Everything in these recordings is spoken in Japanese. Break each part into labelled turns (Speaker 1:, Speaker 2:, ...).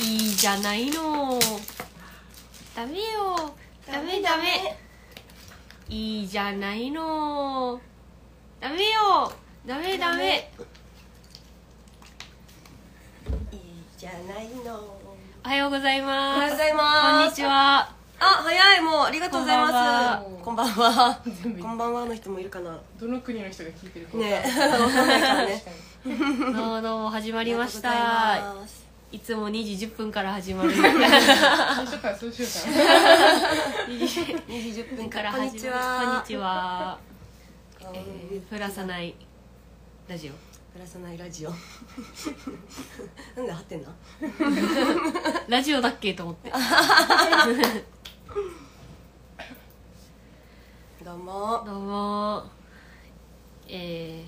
Speaker 1: いいじゃないのダメよダメダメいいじゃないのダメよダメダメ
Speaker 2: いいじゃないの
Speaker 1: おはようござい
Speaker 2: お
Speaker 1: ます
Speaker 2: はようござい
Speaker 1: こん
Speaker 2: ま
Speaker 1: に
Speaker 2: す
Speaker 1: ちは
Speaker 2: あ早いもうありがとうございますこ
Speaker 3: こ
Speaker 2: んばんは
Speaker 3: 全 部
Speaker 2: こんばんはの人もいるかな
Speaker 3: どの国の人が聞いてるか
Speaker 2: ねえわかんないからね
Speaker 1: どうもどうも始ま
Speaker 2: あ
Speaker 1: りました
Speaker 2: り がとうございます
Speaker 1: いつも2時10分から始まる
Speaker 3: 最初からそうしようかな
Speaker 2: 2時10分
Speaker 1: か
Speaker 2: から
Speaker 1: ら
Speaker 2: こん
Speaker 1: 始まる
Speaker 2: にちは
Speaker 1: こんにちは、
Speaker 2: え
Speaker 1: え
Speaker 2: ー
Speaker 1: ー、降らさないラジオ
Speaker 2: プラスないラ ジオなんではてな
Speaker 1: ラジオだっけと思って
Speaker 2: どうも
Speaker 1: どうもえ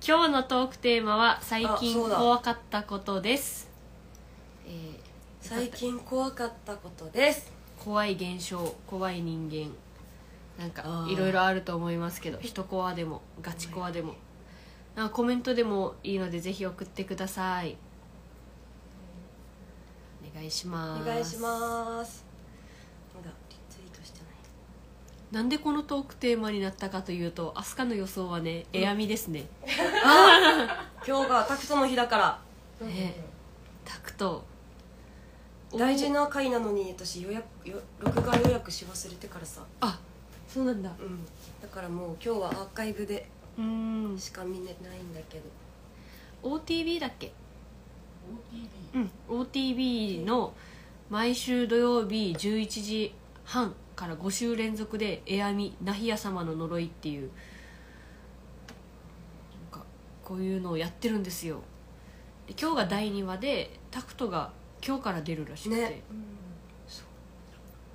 Speaker 1: ー、今日のトークテーマは最近
Speaker 2: あそうだ
Speaker 1: 怖かったことです、えー、
Speaker 2: 最近怖かったことです
Speaker 1: 怖い現象怖い人間なん
Speaker 2: あ
Speaker 1: か
Speaker 2: ー
Speaker 1: いろいろあると思いますけど人コアでもガチコアでもなんかコメントでもいいのでぜひ送ってくださいお願いし
Speaker 2: お
Speaker 1: ます
Speaker 2: 願いしますまだリツイートしてない
Speaker 1: なんでこのトークテーマになったかというと飛鳥の予想はねエアミですね、
Speaker 2: 今日がタクトの日だから
Speaker 1: ねタクト
Speaker 2: 大事な会なのに私予約よ録画予約し忘れてからさ
Speaker 1: あそうなんだ
Speaker 2: うんだからもう今日はアーカイブで
Speaker 1: うん
Speaker 2: しか見れないんだけど
Speaker 1: OTB だっけ
Speaker 3: OTB
Speaker 1: うん OTB の毎週土曜日11時半から5週連続で「エアミナヒヤ様の呪い」っていうなんかこういうのをやってるんですよで今日が第2話でタクトが今日から出るらしくて、
Speaker 2: ね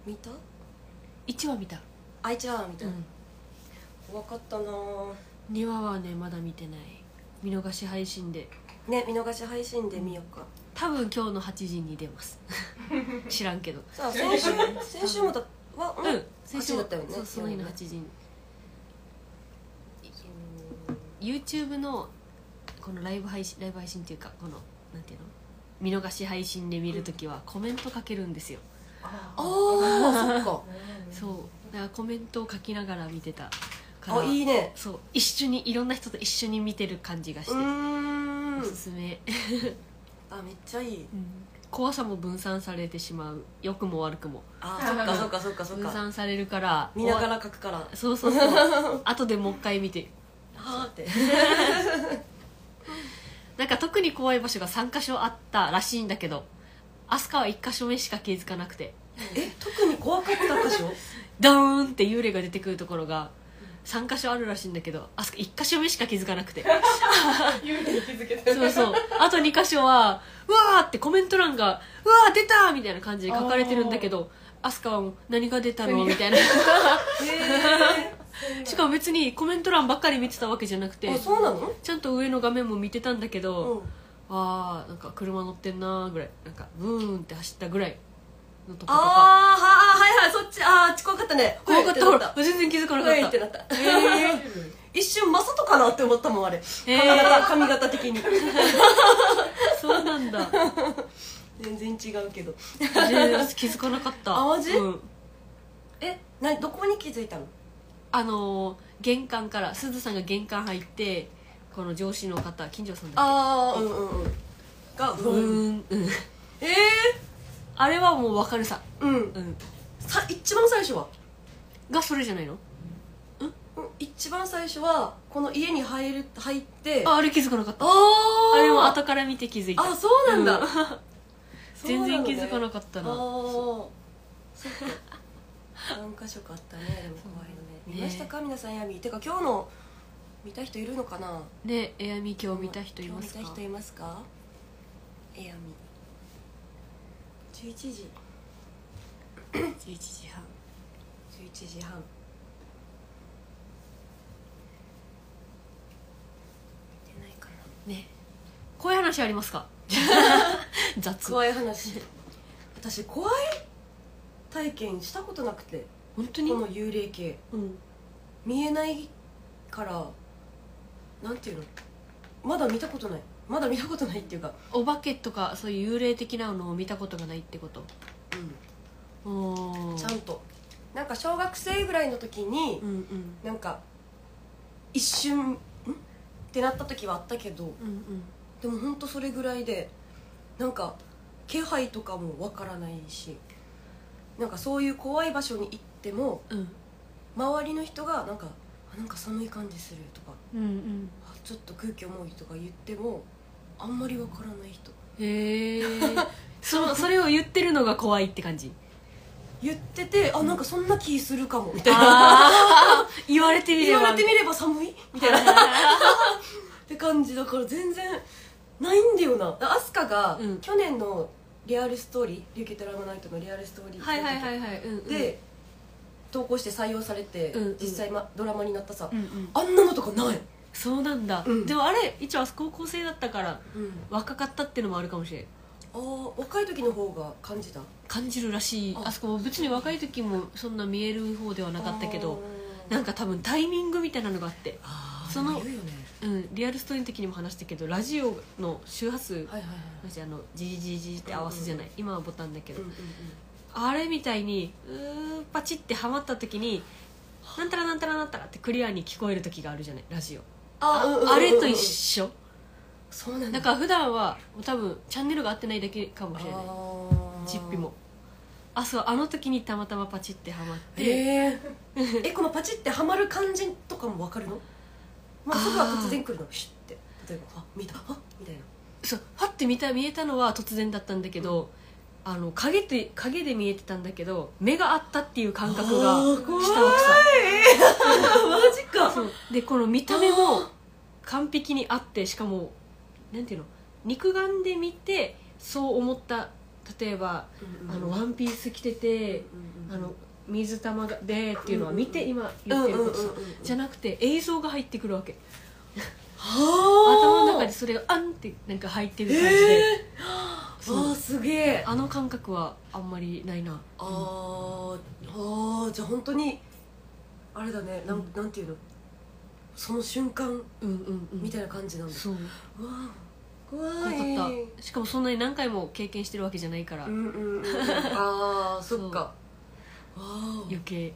Speaker 2: 見た
Speaker 1: 1話見た、
Speaker 2: あいちゃんみたいな、怖かったなぁ
Speaker 1: 2話はねまだ見てない見逃し配信で
Speaker 2: ね見逃し配信で見ようか
Speaker 1: 多分今日の8時に出ます 知らんけど
Speaker 2: さあ先週先週もだはう
Speaker 1: うん先週
Speaker 2: 8だったよね
Speaker 1: そうその日の8時に YouTube のこのライブ配信ライブ配信っていうかこのなんていうの見逃し配信で見るときはコメントかけるんですよ、
Speaker 3: あ
Speaker 2: あーそっか
Speaker 1: そうだからコメントを書きながら見てた から
Speaker 2: あいいね
Speaker 1: そう一緒にいろんな人と一緒に見てる感じがして
Speaker 2: う、ーん
Speaker 1: おすすめ、
Speaker 2: あめっちゃいい
Speaker 1: 怖さも分散されてしまう良くも悪くも
Speaker 2: あそっかそっかそっかそっ
Speaker 1: 分
Speaker 2: か
Speaker 1: 散されるから
Speaker 2: 見ながら書くから
Speaker 1: そうそうそう 後でもう一回見て
Speaker 2: はーって
Speaker 1: なんか特に怖い場所が3箇所あったらしいんだけどアスカは1箇所目しか気づかなくて
Speaker 2: え特に怖かっ た箇所
Speaker 1: ダーンって幽霊が出てくるところが3箇所あるらしいんだけどアスカ1箇所目しか気づかなくて
Speaker 3: 幽霊に気づけた
Speaker 1: そうそうあと2箇所はうわーってコメント欄がうわー出たみたいな感じで書かれてるんだけどアスカはもう何が出たの
Speaker 3: 何が
Speaker 1: みたいな
Speaker 2: へ
Speaker 1: しかも別にコメント欄ばっかり見てたわけじゃなくて
Speaker 2: えあそうなの
Speaker 1: ちゃんと上の画面も見てたんだけど、
Speaker 2: うん
Speaker 1: あーなんか車乗ってんなーぐらいなんかブーンって走ったぐらいのとことか
Speaker 2: あーはあはいはいそっちあーあっち怖かったね
Speaker 1: 怖かった
Speaker 2: ほ
Speaker 1: ほ
Speaker 2: ら
Speaker 1: ら全然気づかな
Speaker 2: うい
Speaker 1: か
Speaker 2: っ
Speaker 1: ってた
Speaker 2: なった 一瞬マサトかなって思ったもんあれ
Speaker 1: え
Speaker 2: 髪
Speaker 1: ー
Speaker 2: 型髪型的に
Speaker 1: そうなん だ
Speaker 2: 全然違うけど
Speaker 1: 全然気づかなかった
Speaker 2: あマジ
Speaker 1: うん、
Speaker 2: えなどこに気づいたの
Speaker 1: あのー玄関からすずさんが玄関入ってこの上司の方近所さんだっ
Speaker 2: ああうんうんうんが
Speaker 1: けう
Speaker 2: うん
Speaker 1: ーんうん
Speaker 2: え
Speaker 1: あれはもう分かるさ
Speaker 2: ーうん
Speaker 1: うん
Speaker 2: さ一番最初は
Speaker 1: がそれじゃないの
Speaker 2: うん一番最初はこの家に入る入って
Speaker 1: ああれ気づかなかったあ
Speaker 2: あ
Speaker 1: れも
Speaker 2: あ
Speaker 1: 後から見て気づいた
Speaker 2: あ そうなんだ、
Speaker 1: うん
Speaker 2: そう
Speaker 1: 全
Speaker 2: な
Speaker 1: 然
Speaker 2: のね
Speaker 1: 気づかなかったな、
Speaker 2: あーそっか何箇所かあったねでも怖いよね
Speaker 1: そう
Speaker 2: 見ましたか皆さん闇てか今日の見た人いるのかな
Speaker 1: ねえエアミ今日見た人いますか
Speaker 2: 今日見た人いますかえ闇11時
Speaker 1: 11時半
Speaker 2: 11時半見てないかな
Speaker 1: ねこういう話ありますか 雑
Speaker 2: 怖い話私怖い体験したことなくて
Speaker 1: 本当に
Speaker 2: この幽霊系
Speaker 1: うん
Speaker 2: 見えないからなんていうのまだ見たことないまだ見たことないっていうか
Speaker 1: お化けとかそういう幽霊的なのを見たことがないってこと
Speaker 2: う
Speaker 1: おー
Speaker 2: んちゃんとなんか小学生ぐらいの時に
Speaker 1: うんうん
Speaker 2: なんか一瞬んってなった時はあったけど
Speaker 1: うんうん
Speaker 2: でもほんとそれぐらいでなんか気配とかもわからないしなんかそういう怖い場所に行っても
Speaker 1: うん
Speaker 2: 周りの人がなんかあなんか寒い感じするとか
Speaker 1: うんうん
Speaker 2: あちょっと空気重いとか言ってもあんまりわからない人
Speaker 1: へえ そそれを言ってるのが怖いって感じ
Speaker 2: 言っててあなんかそんな気するかもみたいな
Speaker 1: あー 言われてみれ
Speaker 2: 言
Speaker 1: ば
Speaker 2: われてみれば寒いみ たいなって感じだから全然ないんだよなあ飛鳥が
Speaker 1: うん
Speaker 2: 去年のリアルストーリー「リュウケテラムナイト」のリアルストーリー
Speaker 1: はいはいはいはいうんうん
Speaker 2: で投稿して採用されて、
Speaker 1: うんうん
Speaker 2: 実際、ま、ドラマになったさ、
Speaker 1: うんうん
Speaker 2: あんなのとかない、
Speaker 1: そうなんだ、
Speaker 2: うん
Speaker 1: でもあれ一応あそこ高校生だったから
Speaker 2: うん、
Speaker 1: 若かったってのもあるかもしれん
Speaker 2: あー若い時の方が感じた
Speaker 1: 感じるらしい
Speaker 2: あ
Speaker 1: あそこも別に若い時もそんな見える方ではなかったけどなんか多分タイミングみたいなのがあって、
Speaker 2: あー
Speaker 1: その
Speaker 2: 言うよね
Speaker 1: うん、リアルストーリーの時にも話したけどラジオの周波数
Speaker 2: はいはいはい
Speaker 1: 私あのジジジジって合わせじゃない、今はボタンだけど、
Speaker 2: うんうん
Speaker 1: あれみたいにうーパチってハマった時になんたらなんたらなんたらってクリアに聞こえる時があるじゃないラジオ
Speaker 2: あうんうんうんうん
Speaker 1: あれと一緒
Speaker 2: そうなんだ
Speaker 1: なんか普段は多分チャンネルが合ってないだけかもしれない
Speaker 2: あー
Speaker 1: チッピもあそうあの時にたまたまパチってハマって、
Speaker 2: えー、えこのパチってはまる感じとかも分かるの、まあ、すぐは突然来るのシュッて例えば「あ見たあみたいな
Speaker 1: そうパッて見た見えたのは突然だったんだけど、あの影って影で見えてたんだけど目があったっていう感覚が
Speaker 2: あ
Speaker 1: し
Speaker 2: ー
Speaker 1: た
Speaker 2: 怖い
Speaker 1: わけさ
Speaker 2: マジか
Speaker 1: そうでこの見た目も完璧にあってしかもなんていうの肉眼で見てそう思った例えば、あのワンピース着てて、あの水玉がでっていうのは見て今言ってることさ、じゃなくて映像が入ってくるわけ頭の
Speaker 2: 頭
Speaker 1: 中でそれがあんってなんか入ってる感じで、
Speaker 2: え
Speaker 1: そう
Speaker 2: ー、あーすげえ
Speaker 1: あの感覚はあんまりないな
Speaker 2: あーあーじゃあ本当にあれだねなん,、
Speaker 1: うん
Speaker 2: なんていうのその瞬間
Speaker 1: うんうんうん
Speaker 2: みたいな感じなんだ、
Speaker 1: そう
Speaker 2: うわー怖
Speaker 1: 怖
Speaker 2: い
Speaker 1: かったしかもそんなに何回も経験してるわけじゃないから、
Speaker 2: うんうんうん、ああそっかあ
Speaker 1: 余計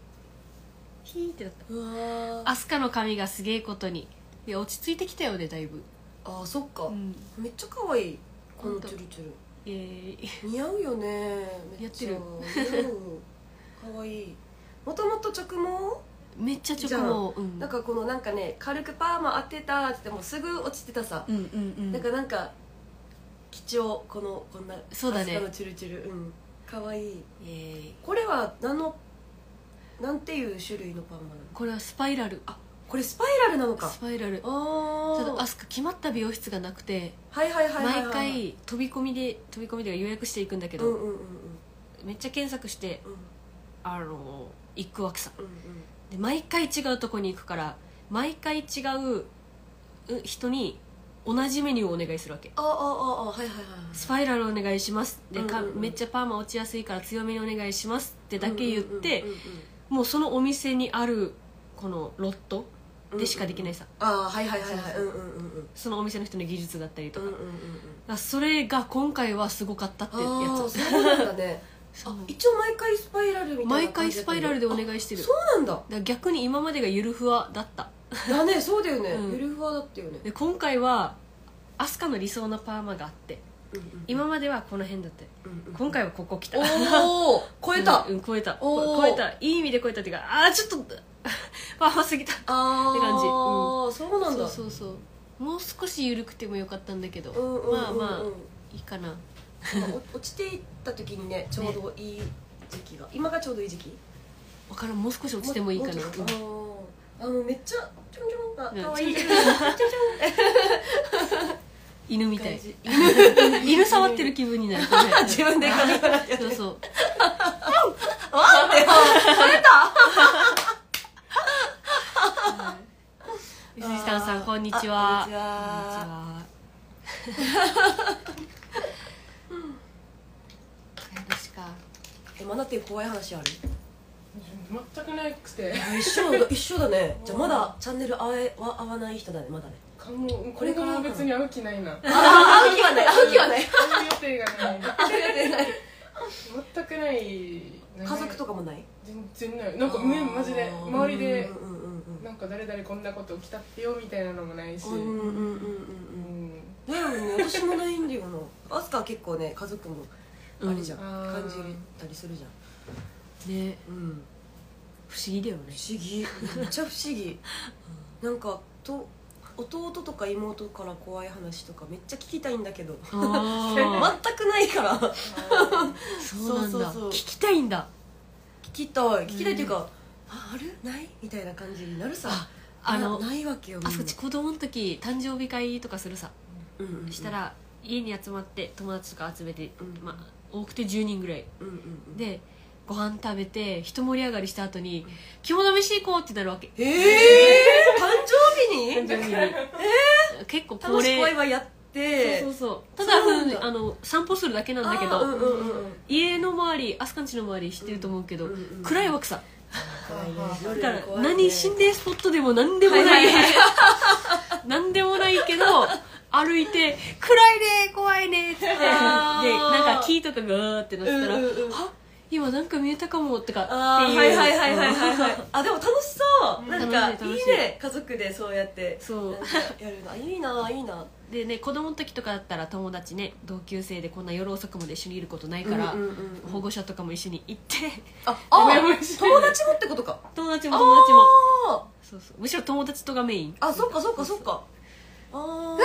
Speaker 1: ヒーってなった
Speaker 2: うわあ
Speaker 1: アスカの髪がすげえことにいや落ち着いてきたよねだいぶ
Speaker 2: あーそっか、
Speaker 1: ん
Speaker 2: めっちゃ可愛いこの
Speaker 1: 本当
Speaker 2: チュルチュル
Speaker 1: イエーイ
Speaker 2: 似合うよねめ
Speaker 1: やっ
Speaker 2: ち
Speaker 1: て
Speaker 2: ゃ
Speaker 1: る
Speaker 2: 似合う可愛いもともと直
Speaker 1: めっちゃ直
Speaker 2: じゃあ
Speaker 1: 毛うん
Speaker 2: 毛なんかこのなんかね軽くパーマ当てたって言ってもすぐ落ちてたさ、
Speaker 1: うんうんうん
Speaker 2: なんかなんか貴重このこんな
Speaker 1: そうだね
Speaker 2: アスカのチュルチュルうん可愛い
Speaker 1: イエーイ
Speaker 2: これは何のなんていう種類のパーマなの
Speaker 1: これはスパイラルあ
Speaker 2: これスパイラルなのか
Speaker 1: スパイラル
Speaker 2: あ
Speaker 1: ただ
Speaker 2: ー
Speaker 1: アスカ決まった美容室がなくて
Speaker 2: はいはいはいはい、はい、
Speaker 1: 毎回飛び込みで飛び込みで予約していくんだけ
Speaker 2: うんうん
Speaker 1: ど
Speaker 2: うんうん
Speaker 1: めっちゃ検索して
Speaker 2: うん
Speaker 1: あの行くわけさ
Speaker 2: うん
Speaker 1: で毎回違うとこに行くから毎回違うう人に同じメニューをお願いするわけ
Speaker 2: あああああはいはいはいはい
Speaker 1: スパイラルお願いしますで、か
Speaker 2: うんうんうん
Speaker 1: めっちゃパーマ落ちやすいから強めにお願いしますってだけ言って、
Speaker 2: うんうんうん
Speaker 1: もうそのお店にあるこのロット
Speaker 2: うん
Speaker 1: でしかできないさ、
Speaker 2: ああはいはいはいはい
Speaker 1: そううん
Speaker 2: うんうんうん
Speaker 1: そのお店の人の技術だったりとか,、
Speaker 2: うんうんうん
Speaker 1: それが今回はすごかったってや
Speaker 2: うんああ
Speaker 1: つ
Speaker 2: そうなんだね
Speaker 1: そう
Speaker 2: あ一応毎回スパイラルみたいな
Speaker 1: 毎回スパイラルでお
Speaker 2: い
Speaker 1: 願いしてるだ
Speaker 2: そ
Speaker 1: か
Speaker 2: うなんだ
Speaker 1: ら逆に今までがゆるふわだった
Speaker 2: だねそうだよね
Speaker 1: うん
Speaker 2: ゆるふわだったよね
Speaker 1: で今回はアスカの理想のパーマがあって
Speaker 2: うんうん
Speaker 1: 今まではこの辺だったよ
Speaker 2: うんうん
Speaker 1: 今回はここ来た
Speaker 2: おお超えた
Speaker 1: うん、うん超えた
Speaker 2: お
Speaker 1: 超
Speaker 2: ー
Speaker 1: えたいい意味で超えたっていうかああちょっと パーマすぎた
Speaker 2: ああ
Speaker 1: って感じうん
Speaker 2: そうなんだ
Speaker 1: そうそうそうもう少し緩くてもよかったんだけど、
Speaker 2: うんうんうんうん
Speaker 1: まあまあいいかな
Speaker 2: なんかお落 ちていった時にねちょうどいい時期が今がちょうどいい時期
Speaker 1: わからんもう少し落ちてもいいかな、
Speaker 2: もうち
Speaker 1: うん
Speaker 2: ょっとあーあのめっちゃちょんちょんが
Speaker 1: うん
Speaker 2: 可愛 い
Speaker 1: ちょん
Speaker 2: ちょんちょん
Speaker 1: 犬みたい
Speaker 2: 感じ
Speaker 1: 犬犬触ってる気分になる
Speaker 2: 自分で髪洗ってやって
Speaker 1: そうそうわって取れた水谷さんこんにち
Speaker 2: あ
Speaker 1: は
Speaker 2: こんにち
Speaker 1: こん
Speaker 2: は
Speaker 1: にちは帰るしか
Speaker 2: えマナティー怖い話ある
Speaker 3: 全くなくて
Speaker 2: 一緒だ一緒だねじゃあまだチャンネル合えは合わない人だねまだね
Speaker 3: かもう
Speaker 2: こ
Speaker 3: こ
Speaker 2: れ
Speaker 3: れ
Speaker 2: か
Speaker 3: からら別に会う気ないな
Speaker 2: あー会う気はない会う気はない
Speaker 3: 会う予定がない全くない
Speaker 2: 家族と
Speaker 3: か
Speaker 2: かもない
Speaker 3: 全然ないなんかねマジで
Speaker 2: あー
Speaker 3: 周りで
Speaker 2: うんうんうんうん
Speaker 3: なんか誰々こんなこと起きたってよみたいなのもないし、
Speaker 2: うんうんうんうんうんだよね私もないんだよなアスカは結構ね家族もあれじゃん、
Speaker 3: うんあー
Speaker 2: 感じたりするじゃ
Speaker 1: ね
Speaker 2: ん、うん、
Speaker 1: 不思議だよ
Speaker 2: 不
Speaker 1: ね
Speaker 2: 思議めっちゃ不思議なんかと弟とか妹から怖い話とかめっちゃ聞きたいんだけど
Speaker 1: あ
Speaker 2: 全くないから 聞
Speaker 1: ーそうなんだ
Speaker 2: そうそうそう
Speaker 1: 聞きたいんだ
Speaker 2: きたい聞きたいっていうか、ああるないみたいな感じになるさ
Speaker 1: ああの
Speaker 2: なないわけよ
Speaker 1: あそこち
Speaker 2: こ、
Speaker 1: 子供の時誕生日会とかするさ
Speaker 2: うんうんうん
Speaker 1: した、ら家に集まって友達とか集めて
Speaker 2: うん
Speaker 1: まあ多くて10人ぐらい
Speaker 2: うんうんうん、
Speaker 1: でご飯食べて一盛り上がりした後に「肝試し行こう」ってなるわけ
Speaker 2: えー、 誕生日に
Speaker 3: 誕生日に
Speaker 1: 結構高
Speaker 2: 楽しい
Speaker 1: 齢
Speaker 2: 恋はやって
Speaker 1: そうそううそうた
Speaker 2: そう
Speaker 1: だ
Speaker 2: なんだ
Speaker 1: あの散歩するだけなんだけ
Speaker 2: うん
Speaker 1: ど
Speaker 2: うんうん
Speaker 1: 家の周りアスカンチの周り知ってると思うけど、
Speaker 2: うんうん
Speaker 1: 暗いわけさ
Speaker 2: 怖いね
Speaker 1: だ
Speaker 2: 夜
Speaker 1: か
Speaker 2: は
Speaker 1: ら
Speaker 2: 怖いね
Speaker 1: 何心霊スポットでも何でもない、何でもない けど歩いて「暗いね怖いね」っつってで
Speaker 2: あー
Speaker 1: なんか木とかがーってなってたら「
Speaker 2: うんうんうん
Speaker 1: あ今なんか見えたかも」とか
Speaker 2: あ
Speaker 1: っ
Speaker 2: ー
Speaker 1: ていう
Speaker 2: はいはいはいはいはいはいあでも楽しそうなんか
Speaker 1: 楽しい
Speaker 2: い
Speaker 1: 楽しい
Speaker 2: いね家族でそうやって
Speaker 1: そう
Speaker 2: なんかやるのあいいないいな
Speaker 1: でね子供の時とかだったら友達ね同級生でこんな夜遅くまで一緒にいることない
Speaker 2: だ
Speaker 1: から、保
Speaker 2: 保護
Speaker 1: 護者とかも一緒に行って
Speaker 2: ああ
Speaker 3: 親も
Speaker 2: 友
Speaker 3: 一緒に
Speaker 2: 達もってことか
Speaker 1: 友達も友達も
Speaker 2: あ
Speaker 1: そうそうむしろ友達とがメイン
Speaker 2: ーあそっかそっかそっかあー
Speaker 1: あ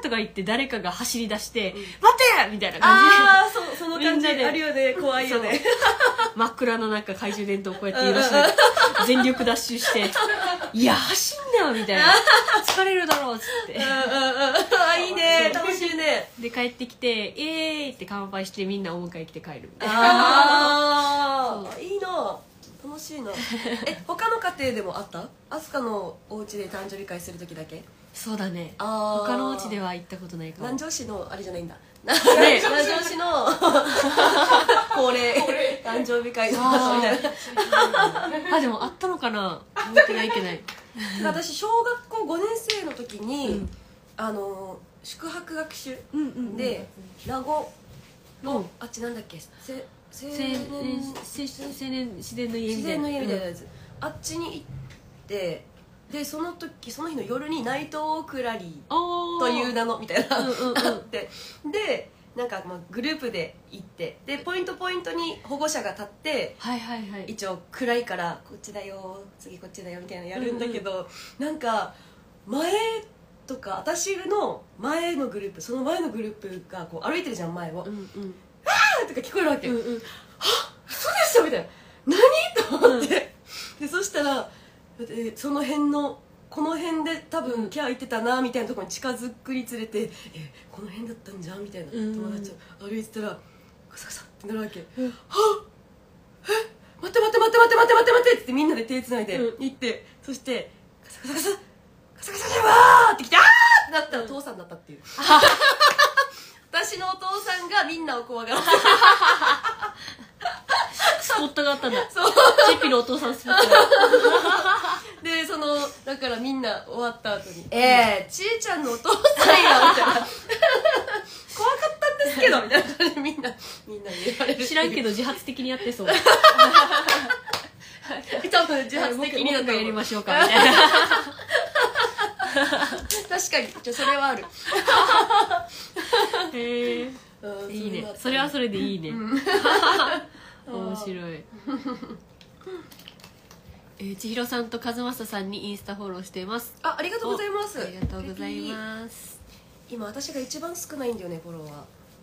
Speaker 1: ーとか言って誰かが走り出して「待て!」みたいな感
Speaker 2: あーそうその感じ
Speaker 1: みんなで
Speaker 2: あるよね怖いよね
Speaker 1: じで真っ暗の中懐中電灯こうやって揺らしながら全力ダッシュ して「いや走んなよ」みたいな「疲れるだろう」っつって
Speaker 2: うんうんうんあいいね楽しいね
Speaker 1: で帰ってきて「イエーイ!」って乾杯してみんなお迎え来て帰るみたいな
Speaker 2: ああいいな楽しいなえ他の家庭でもあったアスカのお家で誕生日会する時だけ
Speaker 1: そうだね
Speaker 2: あー
Speaker 1: 他のお家では行ったことないかも
Speaker 2: 南城市のあれじゃないんだな 南城市の恒例誕生日会の
Speaker 1: あー
Speaker 2: みたいな
Speaker 1: あでもあったのかな覚えてないけない
Speaker 2: 私小学校5年生の時に、
Speaker 1: うん
Speaker 2: あの宿泊学習
Speaker 1: うんうん
Speaker 2: で名護
Speaker 1: の
Speaker 2: あっちなんだっけせ青
Speaker 1: 青
Speaker 2: 年
Speaker 1: 年青年自然の家
Speaker 2: 自
Speaker 1: みたい
Speaker 2: 然
Speaker 1: な
Speaker 2: の家みたいなやつ、あっちに行ってでその時その日の夜にナイトオークラリー
Speaker 1: おー
Speaker 2: という名のみたいな、
Speaker 1: うんうんうん
Speaker 2: あってでなんかまあグループで行ってでポイントポイントに保護者が立って
Speaker 1: はいはいはい
Speaker 2: 一応暗いからこっちだよ次こっちだよみたいなのやるんだけど、なんか前とか私の前のグループその前のグループがこう歩いてるじゃん前を
Speaker 1: う
Speaker 2: 「あ
Speaker 1: んうん
Speaker 2: ーとか聞こえるわけ、
Speaker 1: うん
Speaker 2: 嘘
Speaker 1: う
Speaker 2: で
Speaker 1: ん
Speaker 2: したみたいな何と思って、でそしたらでその辺のこの辺で多分キャー行ってたなみたいなところに近づくにつれて「えこの辺だったんじゃん」みたいな
Speaker 1: うん
Speaker 2: 友達と歩いてたらカサカサってなるわけ「はっえ待って待って待って待って待って待って待って」ってみんなで手つないで
Speaker 1: う
Speaker 2: 行ってそしてカサカサカサカサカサでわーって来て「あー!」ってなったら父さんだったっていう。 私のお父さんがみんなを怖がらせて
Speaker 1: スポットがあったんだ
Speaker 2: そう
Speaker 1: チェピのお父さんスポットが
Speaker 2: でそのだからみんな終わった後に「ええちーちゃんのお父さんや」みたいな「怖かったんですけど」みたいな感じでみんなみんなに言われる
Speaker 1: 知らんけ
Speaker 2: ど
Speaker 1: ど自発的にやってそう
Speaker 2: 多分自発的にだ
Speaker 1: 僕
Speaker 2: と
Speaker 1: がや
Speaker 2: 思
Speaker 1: り
Speaker 2: う
Speaker 1: ましょうか みたいな
Speaker 2: 確かにじゃあそれはある
Speaker 1: へえ
Speaker 2: うん
Speaker 1: いいね
Speaker 2: があった
Speaker 1: それはそれでい いね面白いえー千尋さんと和正さんにインスタフォローしています
Speaker 2: あありがとうございます
Speaker 1: ありがとうございます
Speaker 2: 今私が一番少ないんだよねフォロワー
Speaker 1: あ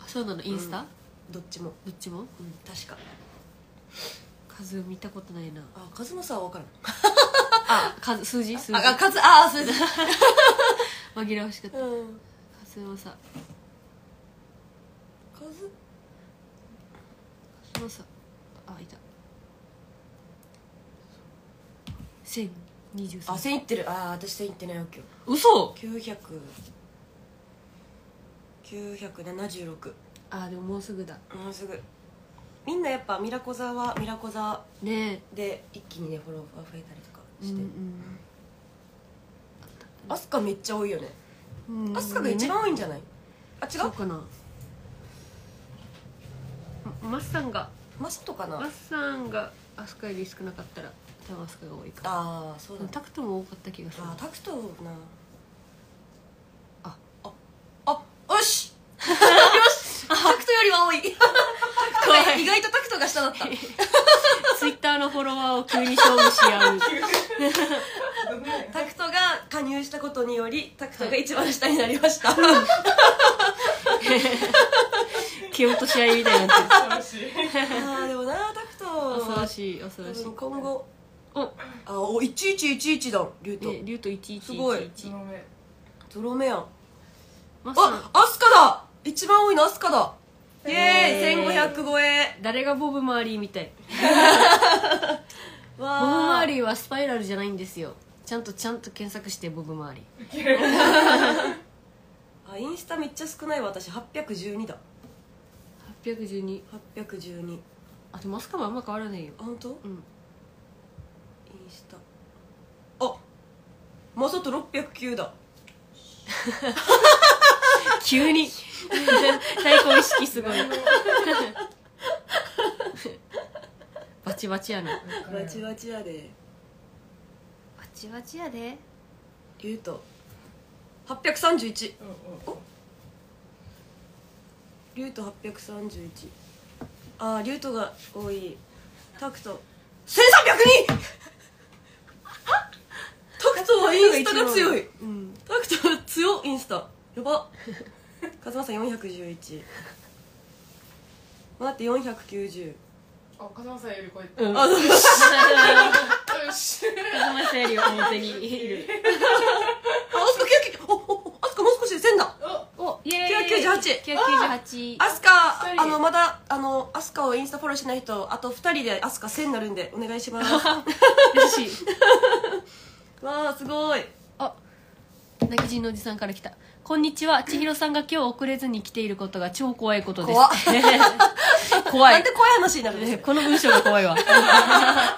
Speaker 1: そうなのインスタ、
Speaker 2: うんどっちも
Speaker 1: どっちも
Speaker 2: うん確か
Speaker 1: 数見たことないな
Speaker 2: あカズマさんは分からん
Speaker 1: あ数数字数字
Speaker 2: ああカズああそうです
Speaker 1: 紛らわしかった
Speaker 2: うん
Speaker 1: 数正
Speaker 2: カズ
Speaker 1: 数正あいた千二十
Speaker 2: あ
Speaker 1: 三
Speaker 2: 1000いってるああ私1000いってないわけよ
Speaker 1: 嘘
Speaker 2: 900 976
Speaker 1: あでももうすぐだ
Speaker 2: もうすぐみんなやっぱミラコザはミラコザ
Speaker 1: ね
Speaker 2: で一気にねフォロワー増えたりとか
Speaker 1: え
Speaker 2: して、
Speaker 1: うんうん
Speaker 2: アスカめっちゃ多いよね
Speaker 1: うん
Speaker 2: アスカが一番多いんじゃないあ違
Speaker 1: そう
Speaker 2: う
Speaker 1: かなまマスさんが
Speaker 2: マストか
Speaker 1: マ
Speaker 2: な
Speaker 1: スさんがアスカより少なかったら多分アスカが多いか
Speaker 2: ああそうだね
Speaker 1: タクトも多かった気がする
Speaker 2: あータクトな
Speaker 1: あ
Speaker 2: ああ よし よしタクトよりは多い
Speaker 1: 怖い
Speaker 2: 意外とタクトが下だった
Speaker 1: ツイッターのフォロワーを急に勝負し合う
Speaker 2: タクトが加入したことによりタクトが一番下になりました、
Speaker 1: 蹴落とし合いみたいになってる
Speaker 3: 楽しい
Speaker 2: あーでもなタクト
Speaker 1: 恐ろ
Speaker 2: は
Speaker 1: しい恐ろしい
Speaker 2: 今後
Speaker 1: お
Speaker 2: あお1111だリュウト、
Speaker 1: ね竜と1111
Speaker 2: すごい
Speaker 3: ごめん
Speaker 2: ゾロ目やん
Speaker 1: マスさん
Speaker 2: あアスカだ一番多いのアスカだイエーイ
Speaker 1: イエーイ
Speaker 2: 1500超え
Speaker 1: 誰がボブ・マーリーみたい
Speaker 2: わ
Speaker 1: ボブ・マーリ
Speaker 2: ー
Speaker 1: ーはスパイラルじゃないんですよちゃんとちゃんと検索してボブ・マーリー
Speaker 2: あインスタめっちゃ少ないわ私812だ
Speaker 1: 812
Speaker 2: 812
Speaker 1: あとマスカもあんま変わらないよ
Speaker 2: あ本当？
Speaker 1: うん
Speaker 2: インスタあマサト609だ
Speaker 1: 急に対抗意識すごい
Speaker 3: 何も
Speaker 1: バチバチやなバ
Speaker 2: バチバチやで
Speaker 1: チバチやで
Speaker 2: リュウト831
Speaker 3: うんうん
Speaker 2: リュウト831あーリュウトが多いタクト1302タクトはインスタが強い
Speaker 1: うん
Speaker 2: タクトは強いインスタやばカズマさん411待って490
Speaker 3: あ風間さんよりこうやって
Speaker 1: うん
Speaker 2: あそう
Speaker 1: 風間
Speaker 3: よし
Speaker 1: さんより表にいる
Speaker 2: あ、アスカキュお、お、あすかもう少しで千だ。
Speaker 3: お
Speaker 1: おイエーイ998
Speaker 2: 998アスカ、
Speaker 3: 一人
Speaker 2: あの、まだ、あの、アスカをインスタフォローしない人、あと二人でアスカ千になるんで、お願いします。わ
Speaker 1: 嬉しい
Speaker 2: あ、すごい。
Speaker 1: あ泣き人のおじさんから来たこんにちは千尋さんが今日遅れずに来ていることが超怖いことです
Speaker 2: 怖っ
Speaker 1: 怖
Speaker 2: ないんで怖い話になるんです
Speaker 1: ね
Speaker 2: か。
Speaker 1: この文章が怖いわ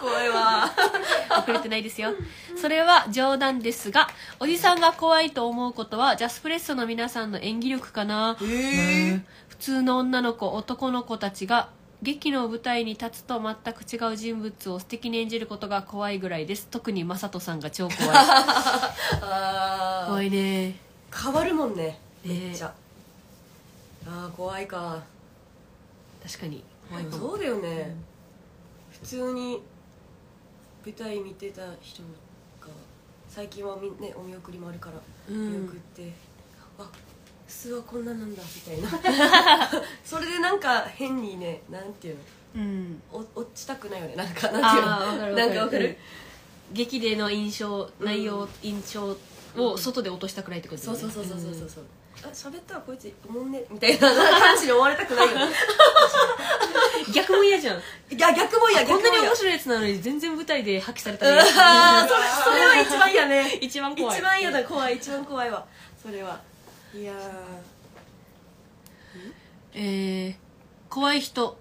Speaker 2: 怖いわ。
Speaker 1: 遅れてないですよそれは冗談ですがおじさんが怖いと思うことはジャスプレッソの皆さんの演技力かな
Speaker 2: へえ。
Speaker 1: 普通の女の子男の子たちが劇の舞台に立つと全く違う人物を素敵に演じることが怖いぐらいです特に雅人さんが超怖い
Speaker 2: あ
Speaker 1: 怖いね
Speaker 2: ー変わるもんね。め
Speaker 1: ね
Speaker 2: っちゃ。あー、怖いか。
Speaker 1: 確かに怖いかも
Speaker 2: そうだよね。普通に。舞台見てた人が。最近はみ、ね、お見送りもあるから。
Speaker 1: う
Speaker 2: よくっ
Speaker 1: ん
Speaker 2: て、あ普通はこんななんだみたい なそれでなんか変にねなんていう
Speaker 1: うん
Speaker 2: のお落ちたくないよねなんか
Speaker 1: あ
Speaker 2: なんていう
Speaker 1: ー
Speaker 2: の
Speaker 1: わかるわかる
Speaker 2: なんかわかる
Speaker 1: 劇での印象
Speaker 2: ん
Speaker 1: 内容、印象を外で落としたくないってことだ
Speaker 2: そ
Speaker 1: よ
Speaker 2: う
Speaker 1: ね
Speaker 2: そうそうそうそうそう
Speaker 1: う
Speaker 2: そうあ喋ったらこいつおもんねみたいな感じに思われたくないよね
Speaker 1: ん逆も嫌じゃん
Speaker 2: いや逆もいや
Speaker 1: こ
Speaker 2: 逆も
Speaker 1: んなに
Speaker 2: いや
Speaker 1: 面白いやつなのに全然舞台で破棄されたら
Speaker 2: あ
Speaker 1: 嫌
Speaker 2: ーそれそれは一番嫌ね
Speaker 1: 一番
Speaker 2: 一
Speaker 1: 怖い
Speaker 2: 番嫌だ怖い一番怖いわそれはいや
Speaker 1: えー、怖い人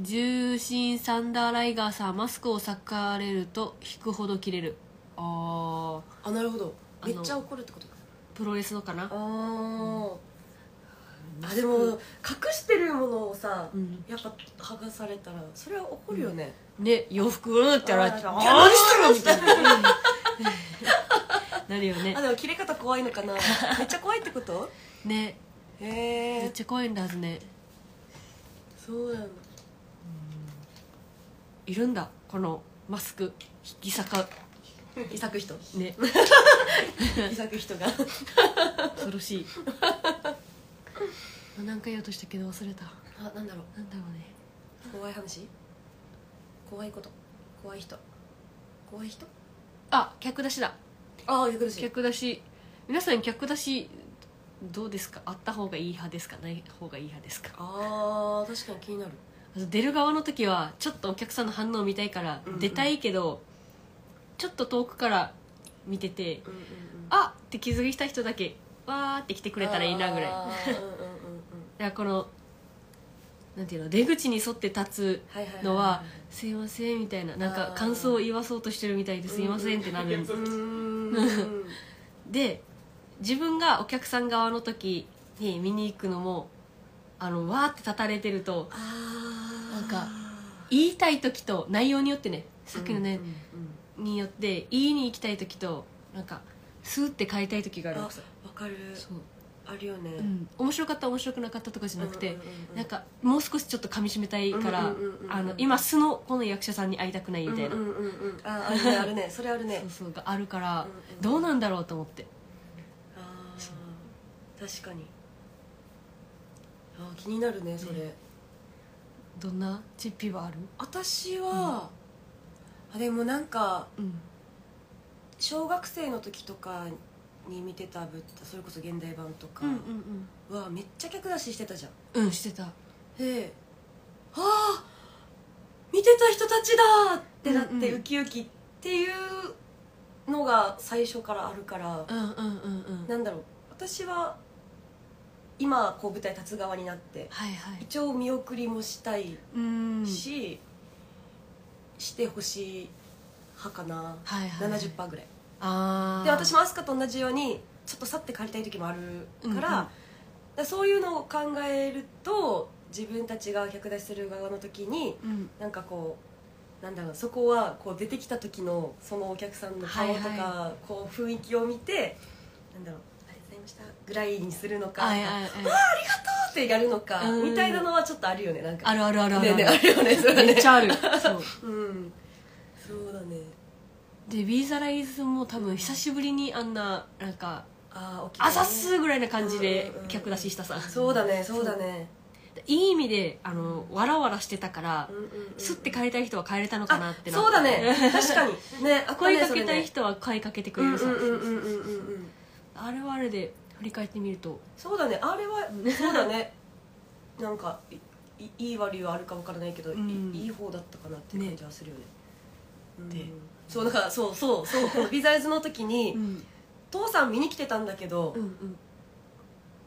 Speaker 1: 重心サンダーライガーさんマスクを裂かれると引くほど切れるああ
Speaker 2: ーあなるほど
Speaker 1: あ
Speaker 2: め
Speaker 1: の
Speaker 2: っちゃ怒るってことか
Speaker 1: プロレスのかな
Speaker 2: ああでも隠してるものをさ、
Speaker 1: うん
Speaker 2: やっぱ剥がされたらそれは怒るよね、
Speaker 1: ね洋服うーって洗って
Speaker 2: あー
Speaker 1: あー 何してるのみたいなうんなるよね
Speaker 2: あでも切れ方怖いのか なめっちゃ怖いってこと
Speaker 1: ね
Speaker 2: へ
Speaker 1: めっ
Speaker 2: え
Speaker 1: ちゃ怖いんだはずね
Speaker 2: そうなんだ
Speaker 1: いるんだこのマスク引き裂か
Speaker 2: 遺作人
Speaker 1: ね
Speaker 2: 遺作人が
Speaker 1: 恐ろしいあなんか言おうとしたけど忘れた
Speaker 2: あなんだろ
Speaker 1: なんだろうね
Speaker 2: う怖い話怖いこと怖い人怖い人
Speaker 1: あ客出しだ
Speaker 2: ああ逆だし
Speaker 1: 客出し皆さん客出しどうですかあった方がいい派ですかない方がいい派ですか
Speaker 2: ああ確かに気になる
Speaker 1: あと出る側の時はちょっとお客さんの反応を見たいから
Speaker 2: うんうん
Speaker 1: 出たいけど、ちょっと遠くから見てて
Speaker 2: うんうんうん
Speaker 1: あって気づいた人だけわーって来てくれたらいいなぐらいだか
Speaker 2: あーうんうんうんうん
Speaker 1: らこのなんていうの出口に沿って立つ
Speaker 2: はいはいいい
Speaker 1: のは「すいません」みたいななん
Speaker 2: あ
Speaker 1: か
Speaker 2: ー
Speaker 1: 感想を言わそうとしてるみたいで「すいません」ってなるん
Speaker 2: うーん
Speaker 1: で自分がお客さん側の時に見に行くのもあのわーって立たれてると
Speaker 2: あ
Speaker 1: なんか言いたい時と内容によってねさっきのね、によって言いに行きたい時となんかスーって帰りたい時があるわけさ
Speaker 2: わかる
Speaker 1: そう、
Speaker 2: あるよね
Speaker 1: うん、面白かった面白くなかったとかじゃなくて、
Speaker 2: うんうんうんうん
Speaker 1: なんかもう少しちょっと噛みしめたいから、
Speaker 2: うんうんうんうん
Speaker 1: あの今素のこの役者さんに会いたくないみたいな、
Speaker 2: うんうんうんうんああるねあ るねそれあるね
Speaker 1: そうそうがあるから、
Speaker 2: うんうん
Speaker 1: どうなんだろうと思って
Speaker 2: あー確かにあー気になるねそれ、
Speaker 1: ねどんなチッピはある
Speaker 2: 私は、あでもなんか
Speaker 1: うん
Speaker 2: 小学生の時とかに見てた舞台それこそ現代版とか
Speaker 1: うんうん
Speaker 2: はめっちゃ客出ししてたじゃん
Speaker 1: うんうんしてた
Speaker 2: で「ああ見てた人たちだ!」ってなって、
Speaker 1: うんうん
Speaker 2: ウキウキっていうのが最初からあるから、
Speaker 1: うんうんうんうん
Speaker 2: なんだろう私は今こう舞台立つ側になって
Speaker 1: はいはい
Speaker 2: 一応見送りもしたいう
Speaker 1: ーん
Speaker 2: し、してほしい派かな、
Speaker 1: はいはい
Speaker 2: 70%ぐらい
Speaker 1: ああ
Speaker 2: で私も飛鳥と同じようにちょっと去って帰りたい時もあるから,、
Speaker 1: うんうん
Speaker 2: だからそういうのを考えると自分たちが客出しする側の時に
Speaker 1: うん
Speaker 2: なんかこうなんだろうそこはこう出てきた時のそのお客さんの顔とか、
Speaker 1: はい
Speaker 2: こう雰囲気を見てなんだろうありがとうございましたぐらいにするのか、
Speaker 1: はいはいはい
Speaker 2: ってやるのか、
Speaker 1: うん
Speaker 2: みたいなのはちょっとあるよねなんか
Speaker 1: あるあるあるある
Speaker 2: ねねあるよねそれは
Speaker 1: め
Speaker 2: ね
Speaker 1: っちゃあ るそう
Speaker 2: うんそうだね
Speaker 1: で「ビーザライズも多分久しぶりにあんななんか
Speaker 2: ああ
Speaker 1: 朝っすぐらいな感じで
Speaker 2: うんうんうん
Speaker 1: 客出ししたさ
Speaker 2: そうだねそうだね
Speaker 1: いい意味であのわらわらしてたから
Speaker 2: うんうんうん
Speaker 1: すって帰りたい人は帰れたのかなってな
Speaker 2: そうだね確かにねあ
Speaker 1: 声かけたい人は声かけてくれるさ
Speaker 2: うんうんうんうんうんうん
Speaker 1: あれはあれで振り返ってみると
Speaker 2: そうだねあれはそうだねなんかいいいい悪いはあるかわからないけど、
Speaker 1: うん
Speaker 2: いいい方だったかなっていう感じはするよねうん
Speaker 1: で
Speaker 2: そうだからそうそうそうこのビザイズの時に、
Speaker 1: ん
Speaker 2: 父さん見に来てたんだけど、
Speaker 1: うんうん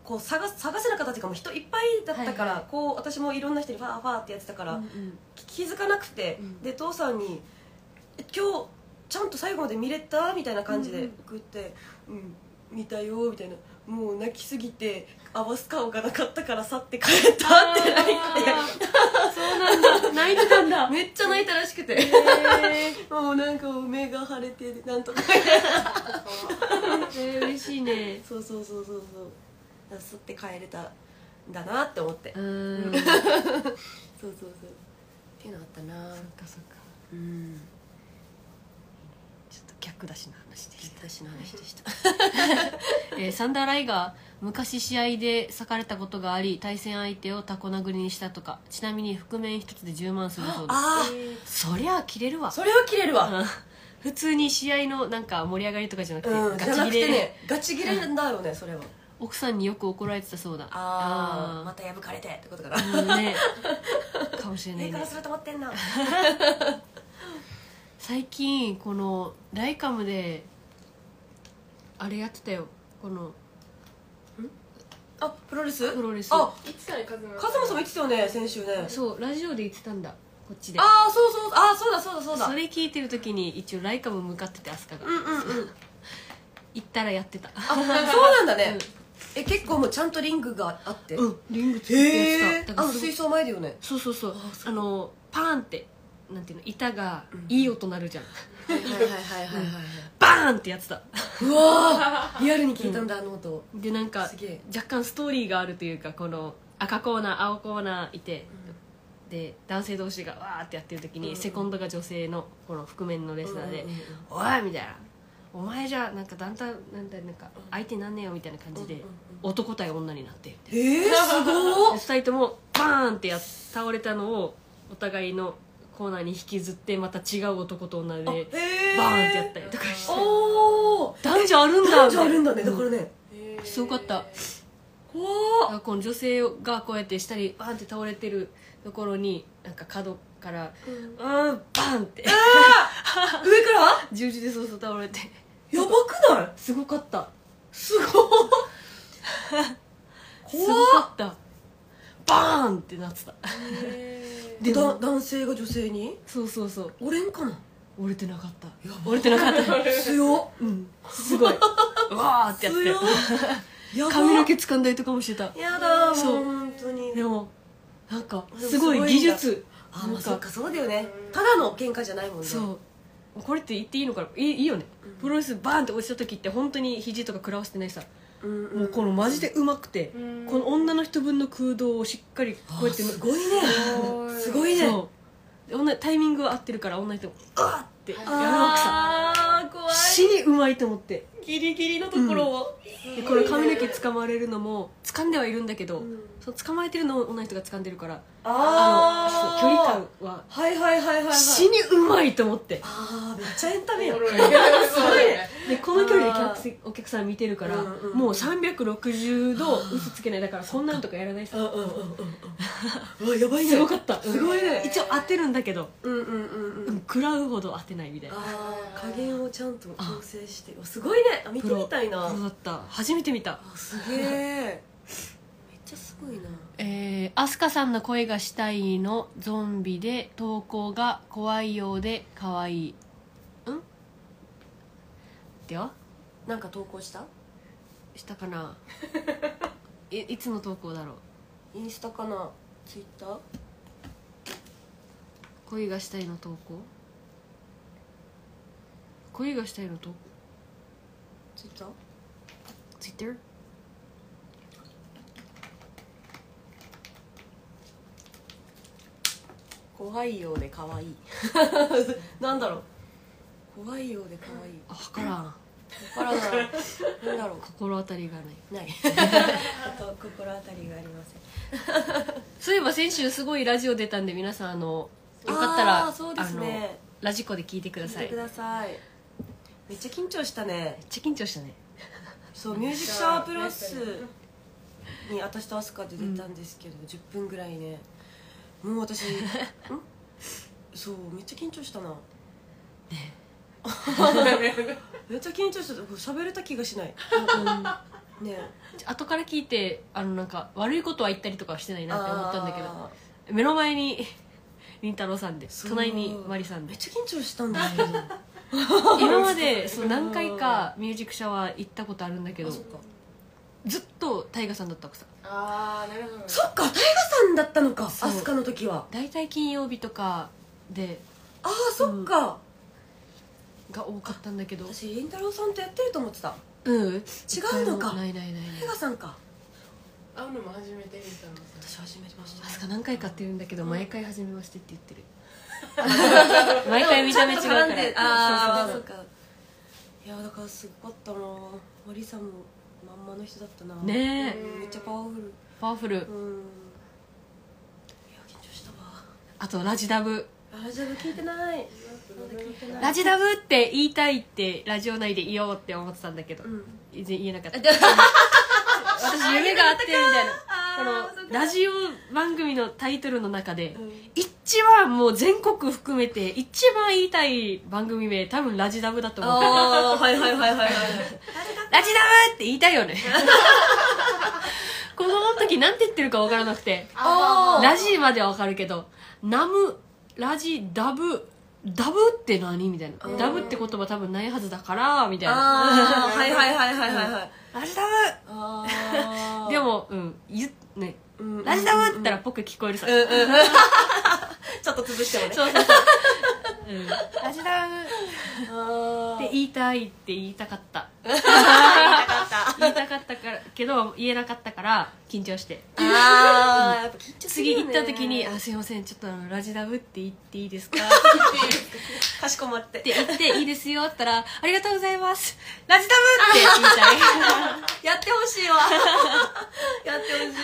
Speaker 2: こう探す探せなかったっていうかもう人いっぱいだったから、
Speaker 1: はいは
Speaker 2: こう私もいろんな人にファーファーってやってたから、
Speaker 1: うん
Speaker 2: き気づかなくて、
Speaker 1: うん
Speaker 2: で父さんに「え今日ちゃんと最後まで見れた?」みたいな感じ
Speaker 1: うんう
Speaker 2: で
Speaker 1: ん
Speaker 2: 送って「うん、見たよ」みたいな「もう泣きすぎて合わす顔がなかったから去って帰った」って泣い
Speaker 1: あ
Speaker 2: て
Speaker 1: ーそうなんだ泣いてたん だ
Speaker 2: めっちゃ泣いたらしくて
Speaker 1: え
Speaker 2: もうなんか目が腫れてなん とか
Speaker 1: ー、嬉しいね
Speaker 2: そうそうそうそうそうだから去って帰れたんだなって思って
Speaker 1: うーん
Speaker 2: そうそうそうっていうのあったな
Speaker 1: そっかそっか
Speaker 2: うん
Speaker 1: ちょっと客出しの話でした、
Speaker 2: 私の話でした
Speaker 1: えーサンダーライが昔試合で裂かれたことがあり対戦相手をタコ殴りにしたとかちなみに覆面一つで10万するそうで
Speaker 2: あ
Speaker 1: すそりゃあ切れるわ
Speaker 2: あそれは切れるわ
Speaker 1: うん普通に試合のなんか盛り上がりとかじゃなくて、
Speaker 2: うん、じゃな
Speaker 1: ガチ
Speaker 2: く
Speaker 1: 切
Speaker 2: て
Speaker 1: れ、
Speaker 2: ねガチ切れなんだろうねそれは
Speaker 1: 奥さんによく怒られてたそうだ
Speaker 2: ああま
Speaker 1: あ
Speaker 2: た破かれてってこと かな
Speaker 1: ーうん ねかもしれな
Speaker 2: 上
Speaker 1: い
Speaker 2: か
Speaker 1: ね
Speaker 2: らすると思って んな
Speaker 1: 最近このライカムであれやってたよこの
Speaker 2: あプロレス
Speaker 1: プロレス
Speaker 2: あ
Speaker 3: いつからカズマ
Speaker 2: カズマさんも言ってたよね先週ね
Speaker 1: そうラジオで言ってたんだこっちで
Speaker 2: ああそうそうああそうだそうだそうだ
Speaker 1: それ聞いてる時に一応ライカム向かってて飛鳥
Speaker 2: うん
Speaker 1: が
Speaker 2: うんうん
Speaker 1: 行ったらやってた
Speaker 2: あそうなんだ
Speaker 1: う
Speaker 2: ね
Speaker 1: ん
Speaker 2: え結構もうちゃんとリングがあって
Speaker 1: うんリングつって
Speaker 2: へ
Speaker 1: や
Speaker 2: え
Speaker 1: ってただか
Speaker 2: あ
Speaker 1: ら
Speaker 2: の
Speaker 1: すごい
Speaker 2: 水槽前だよね
Speaker 1: そうそうそう
Speaker 2: あそ
Speaker 1: あのパーンってなんていうの板が
Speaker 2: うん
Speaker 1: いい音鳴るじゃん、
Speaker 2: はいはいはいはいはい
Speaker 1: バーンってやってた
Speaker 2: うわーリアルに聞いたんだあの音
Speaker 1: でなんか
Speaker 2: すげえ
Speaker 1: 若干ストーリーがあるというかこの赤コーナー青コーナーいて、で男性同士がわーってやってる時に、
Speaker 2: うんうん
Speaker 1: セコンドが女性のこの覆面のレスラーで
Speaker 2: うんうんうん
Speaker 1: 「おい!」みたいな「お前じゃなんかだんだんなんだなんか相手になんねえよ」みたいな感じで、
Speaker 2: うんうんうん
Speaker 1: 男対女になって
Speaker 2: えーすご
Speaker 1: 2
Speaker 2: っ
Speaker 1: 人ともバーンってやっ倒れたのをお互いのコーナーに引きずってまた違う男と女で
Speaker 2: え
Speaker 1: バーンってやったりとかして
Speaker 2: おお
Speaker 1: 男女あるんだ
Speaker 2: 男女あるんだね
Speaker 1: みた
Speaker 2: だ
Speaker 1: いな
Speaker 2: からね
Speaker 1: すごかった
Speaker 2: お
Speaker 1: あこの女性がこうやって下にバーンって倒れてるところになんか角からうんバーンって
Speaker 2: 上から
Speaker 1: 十字でそうそう倒れて
Speaker 2: やばくない
Speaker 1: すごかった
Speaker 2: すごい
Speaker 1: す
Speaker 2: 怖
Speaker 1: ご
Speaker 2: っ
Speaker 1: かったバーンってなってた
Speaker 3: え
Speaker 2: でだ男性が女性に
Speaker 1: そうそうそう
Speaker 2: 俺んかな
Speaker 1: 折れてなかった
Speaker 2: や
Speaker 1: 折れてなかった
Speaker 2: 強っ
Speaker 1: うんす ごいわーってやって
Speaker 2: やば
Speaker 1: 髪の毛掴んだりとかもしてた
Speaker 2: やだ
Speaker 1: そう
Speaker 2: もう本当に
Speaker 1: でもなんか
Speaker 2: でも
Speaker 1: すご
Speaker 2: す
Speaker 1: い
Speaker 2: ごいんだ
Speaker 1: 技術
Speaker 2: あ
Speaker 1: なん
Speaker 2: ま
Speaker 1: か
Speaker 2: あそっかそうだよねただの喧嘩じゃないもんね
Speaker 1: そうこれって言っていいのかないいいいよね
Speaker 2: うん
Speaker 1: プロレスバーンって落ちた時って本当に肘とか食らわせてないさ
Speaker 2: うんうん
Speaker 1: もうこのマジでうまくて
Speaker 3: うん
Speaker 1: この女の人分の空洞をしっかりこうやって
Speaker 2: あすごいね
Speaker 3: ごい
Speaker 2: すごいね
Speaker 1: そうで女タイミングは合ってるから女の人もあーってやるわけさ
Speaker 2: あー怖い
Speaker 1: 死にうまいと思って
Speaker 2: ギリギリのところを
Speaker 1: でこの髪の毛掴まれるのも掴んではいるんだけど、
Speaker 2: うん
Speaker 1: その掴まれてるのを女の人が掴んでるから
Speaker 2: あ
Speaker 1: のそ
Speaker 2: ー
Speaker 1: う距離感は
Speaker 2: はいはいはいはいはい
Speaker 1: 死にうまいと思って
Speaker 2: ああめっちゃエンタメや
Speaker 3: お
Speaker 2: ん
Speaker 3: もろいそうだね
Speaker 1: でこの距離で客席お客さん見てるから、
Speaker 2: うんうんうん
Speaker 1: もう360度嘘つけないだからこんなのとかやらない
Speaker 2: う
Speaker 1: さ
Speaker 2: んうんうんうんうんうわやばいね
Speaker 1: すごかった、
Speaker 2: すごいね
Speaker 1: 一応当てるんだけど、
Speaker 2: うんうんうん
Speaker 1: う
Speaker 2: うん
Speaker 1: ん、食らうほど当てないみたいな
Speaker 2: ああ加減をちゃんと調整してすごいねあ見てみたいな
Speaker 1: そうだった初めて見た
Speaker 2: あすげえめっちゃすごいな
Speaker 1: えー、アスカさんの声がしたいのゾンビで投稿が怖いようで可愛いうんでは
Speaker 2: なんか投稿した
Speaker 1: したか ないいつの投稿だろう
Speaker 2: インスタかなツイッター
Speaker 1: 恋がしたいの投稿恋がしたいの投稿
Speaker 2: ツイッター
Speaker 1: Twitter
Speaker 2: 怖いようで可愛いなんだろう怖いようで可愛い
Speaker 1: あ分からん
Speaker 2: わからない なんだろ
Speaker 1: 心当たりがないう
Speaker 2: ないちょっと心当た りがありません
Speaker 1: そういえば先週すごいラジオ出たんで皆さんあのよ
Speaker 2: よ
Speaker 1: かったら
Speaker 2: あーそうですね
Speaker 1: あのラジコで聞いてくだ
Speaker 2: 見
Speaker 1: さ
Speaker 2: て
Speaker 1: い
Speaker 2: く
Speaker 1: めっ
Speaker 2: ださいめっちゃ緊張したね
Speaker 1: ちゃ緊張したね
Speaker 2: そう「ミュージックシャワープラス」に私とアスカで出たんですけど、10分ぐらいねもう 私んそうめっちゃ緊張したなね めっちゃ緊張した喋れた気がしないね
Speaker 1: 後から聞いてあのなんか悪いことは言ったりとかはしてないなって思ったんだけど
Speaker 2: あ
Speaker 1: 目の前に 凛太郎さんで
Speaker 2: ー
Speaker 1: 隣にマリさん
Speaker 2: め
Speaker 1: で
Speaker 2: っちゃ緊張したんだけど
Speaker 1: 今までそう何回かミュージックシャワー行ったことあるんだけど
Speaker 2: あそっか
Speaker 1: ずっと大ガさんだったわけさ
Speaker 3: あーなるほど
Speaker 2: そっか大河さんだったのかア
Speaker 1: そう
Speaker 2: スカの時は
Speaker 1: 大体金曜日とかで
Speaker 2: ああそっか、
Speaker 1: が多かったんだけど
Speaker 2: 私りんたろうさんとやってると思ってた
Speaker 1: うん違
Speaker 2: 違うのか
Speaker 1: ないないないない
Speaker 2: 大河さんか
Speaker 3: 会うのも初めて見たのさ
Speaker 2: 私初めてました
Speaker 1: あすか何回かって言うんだけど
Speaker 2: うん
Speaker 1: 毎回初めましてって言っ てる毎回見た目違うから
Speaker 2: ちゃんと絡んでああ
Speaker 1: そうそ
Speaker 2: そ
Speaker 1: う
Speaker 2: うかいやだからすごかったなマリさんもまんまの人だったな
Speaker 1: そうねえ
Speaker 2: うんめっちゃパワフル
Speaker 1: パワフル
Speaker 2: うんいや緊張したわ
Speaker 1: あとラジダブ
Speaker 2: あラジオ聞いてないまだ聞いてない
Speaker 1: ラジダブって言いたいってラジオ内で言おうって思ってたんだけど、
Speaker 2: うん
Speaker 1: 全然言えなか った私夢があってみたいなこ
Speaker 2: あーそっ
Speaker 1: の
Speaker 2: か
Speaker 1: ラジオ番組のタイトルの中で、
Speaker 2: うん
Speaker 1: 一番もう全国含めて一番言いたい番組名多分ラジダブだと思う
Speaker 2: ああはいはいはいはいは
Speaker 1: ラ
Speaker 2: い
Speaker 1: ジダブって言いたい よね子供の時なんて言ってるか分からなくて
Speaker 2: あー
Speaker 1: ラジまでは分かるけどナムラジダブダブって何みたい
Speaker 2: うん
Speaker 1: なダブって言葉多分ないはずだからみたいな
Speaker 2: あーはいはいはいはいはいはい
Speaker 1: ラジダ
Speaker 2: あ
Speaker 1: ブ
Speaker 2: ー
Speaker 1: でもうんゆね
Speaker 2: うんうん
Speaker 1: ラジダブって言ったらぽく聞こえるさ、
Speaker 2: うんうん ちょっと潰してもね
Speaker 1: そうそうそう、うん、ラジダ
Speaker 2: あ
Speaker 1: ブって
Speaker 2: い
Speaker 1: 言いたいって言いたかった
Speaker 2: かった
Speaker 1: 言いたかったからけど言えなかったから緊張して
Speaker 2: ああやっぱ緊張する
Speaker 1: 次
Speaker 2: よね
Speaker 1: 行った時に「あすいませんちょっとあのラジダブって言っていいですか?」
Speaker 2: かしこまって
Speaker 1: って言って「いいですよ」って言ったら「ありがとうございますラジダブ!」って言いたい
Speaker 2: やってほ しいわやってほしい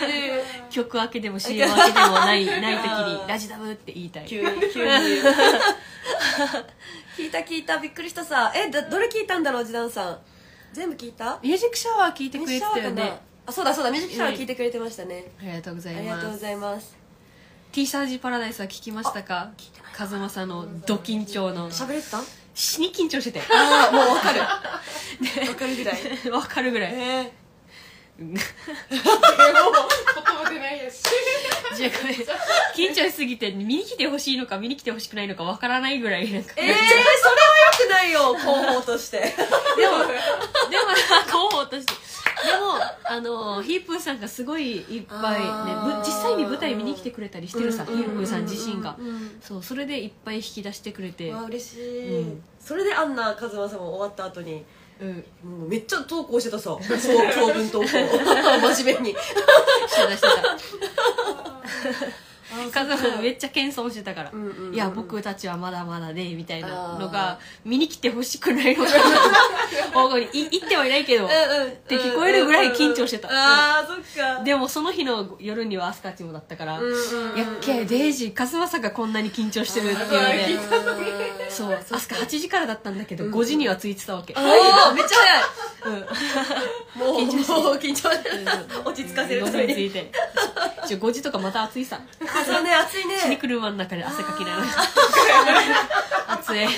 Speaker 1: 曲明けでも CM 明けでもないない時に「ラジダブ!」って言いたい
Speaker 2: 急に急に聞いた聞いたびっくりしたさえどどれ聞いたんだろうジダンさん全部聞いた
Speaker 1: ミュージックシャワー聞いてくれてたよ
Speaker 2: ミュージックシャワーかな
Speaker 1: ね
Speaker 2: あそうだそうだミュージックシャワー聞いてくれてましたね、
Speaker 1: ありがとうござい
Speaker 2: ありがとう
Speaker 1: ま
Speaker 2: ご
Speaker 1: す
Speaker 2: ざいます
Speaker 1: ティーサージパラダイスは聞きましたかカズマさんのド緊張の
Speaker 2: 喋れてた
Speaker 1: 死に緊張してて
Speaker 2: ああもうわかるわかるぐらい
Speaker 1: わかるぐらい
Speaker 2: え
Speaker 3: もう言葉出ないやし
Speaker 1: じゃあこれ 緊張しすぎて見に来てほしいのか見に来てほしくないのかわからないぐらいなんか
Speaker 2: えー、それは良くないよ広報とし て
Speaker 1: でも、でもな、 候補として。でも、あの、ヒープーさんがすごいいっぱい
Speaker 2: あ
Speaker 1: ねぶ
Speaker 2: ー、
Speaker 1: 実際に舞台見に来てくれたりしてるさ、ヒ
Speaker 2: うんうんうん
Speaker 1: ープーさん自身が
Speaker 2: う。ん
Speaker 1: そう、それでいっぱい引き出してくれて
Speaker 2: う、わ嬉しい、
Speaker 1: うん
Speaker 2: それでアンナ和正も終わった後に
Speaker 1: うん、
Speaker 2: もうめっちゃ投稿してたさそう長文投稿真面目に
Speaker 1: してたして
Speaker 2: あ
Speaker 1: た。家族めっちゃ謙遜してたから。いや、僕
Speaker 2: い
Speaker 1: たちはまだまだで、みたいなの
Speaker 2: あ
Speaker 1: が、見に来てほしくないのか な。 方向に、い行ってはいないけど。て聞こえるぐらい緊張してた
Speaker 2: あーそっか
Speaker 1: でも、その日の夜にはアスカチもだったから、
Speaker 2: うんうん
Speaker 1: やっけ、デイジー、カスマサがこんなに緊張してるっていうので。そう、アスカ8時からだったんだけど、
Speaker 2: ん
Speaker 1: 5時には着いてたわけ。
Speaker 2: おーめっちゃ早い
Speaker 1: うん。
Speaker 2: もう
Speaker 1: 緊張してる
Speaker 2: もう緊張してる落ち着かせるため
Speaker 1: 5時
Speaker 2: に
Speaker 1: に着いて。ちょ5時とかまた暑いさ。
Speaker 2: あそうね暑いね
Speaker 1: 死に車の中で汗かきな がら。暑い。暑い。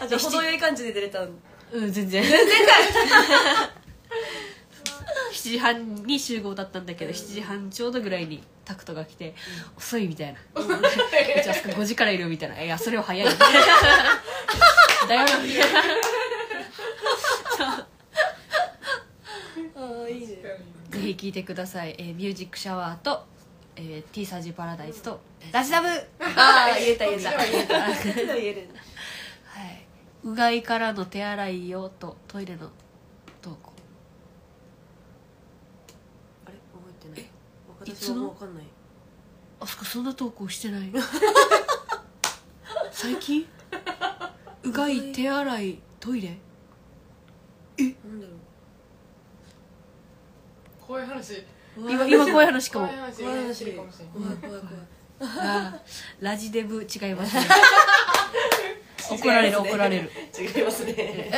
Speaker 2: あじゃあ程よい感じで出れたの
Speaker 1: うん、全然。全然かい7時半に集合だったんだけど、7時半ちょうどぐらいにタクトが来て、遅いみたいな。うちあそこ5時からいるみたいな。いや、それは早 い。だよな、みたいな。
Speaker 2: ああいいね
Speaker 1: ぜひ聴いてください、えーミュージックシャワーと、えー、T サージパラダイスと「ラジダブ」はい
Speaker 2: ああ言えた言えた
Speaker 3: こっちでは
Speaker 2: こっちでは言える
Speaker 1: 「うがいからの手洗いよ」とトイレの投稿
Speaker 2: あれ覚えてない
Speaker 1: え
Speaker 2: 私はもう分かんない
Speaker 1: あそこそんな投稿して ない最近うがい手洗いトイレ
Speaker 2: なんだろう
Speaker 3: こういう話
Speaker 1: 今今こういう話か
Speaker 3: こう
Speaker 1: も
Speaker 3: いう話
Speaker 2: 怖い話
Speaker 3: 知るか
Speaker 2: 怖
Speaker 3: もしれない
Speaker 2: い怖い怖い
Speaker 1: あーラジデブ 違いますね怒られる怒られる
Speaker 2: 違いますね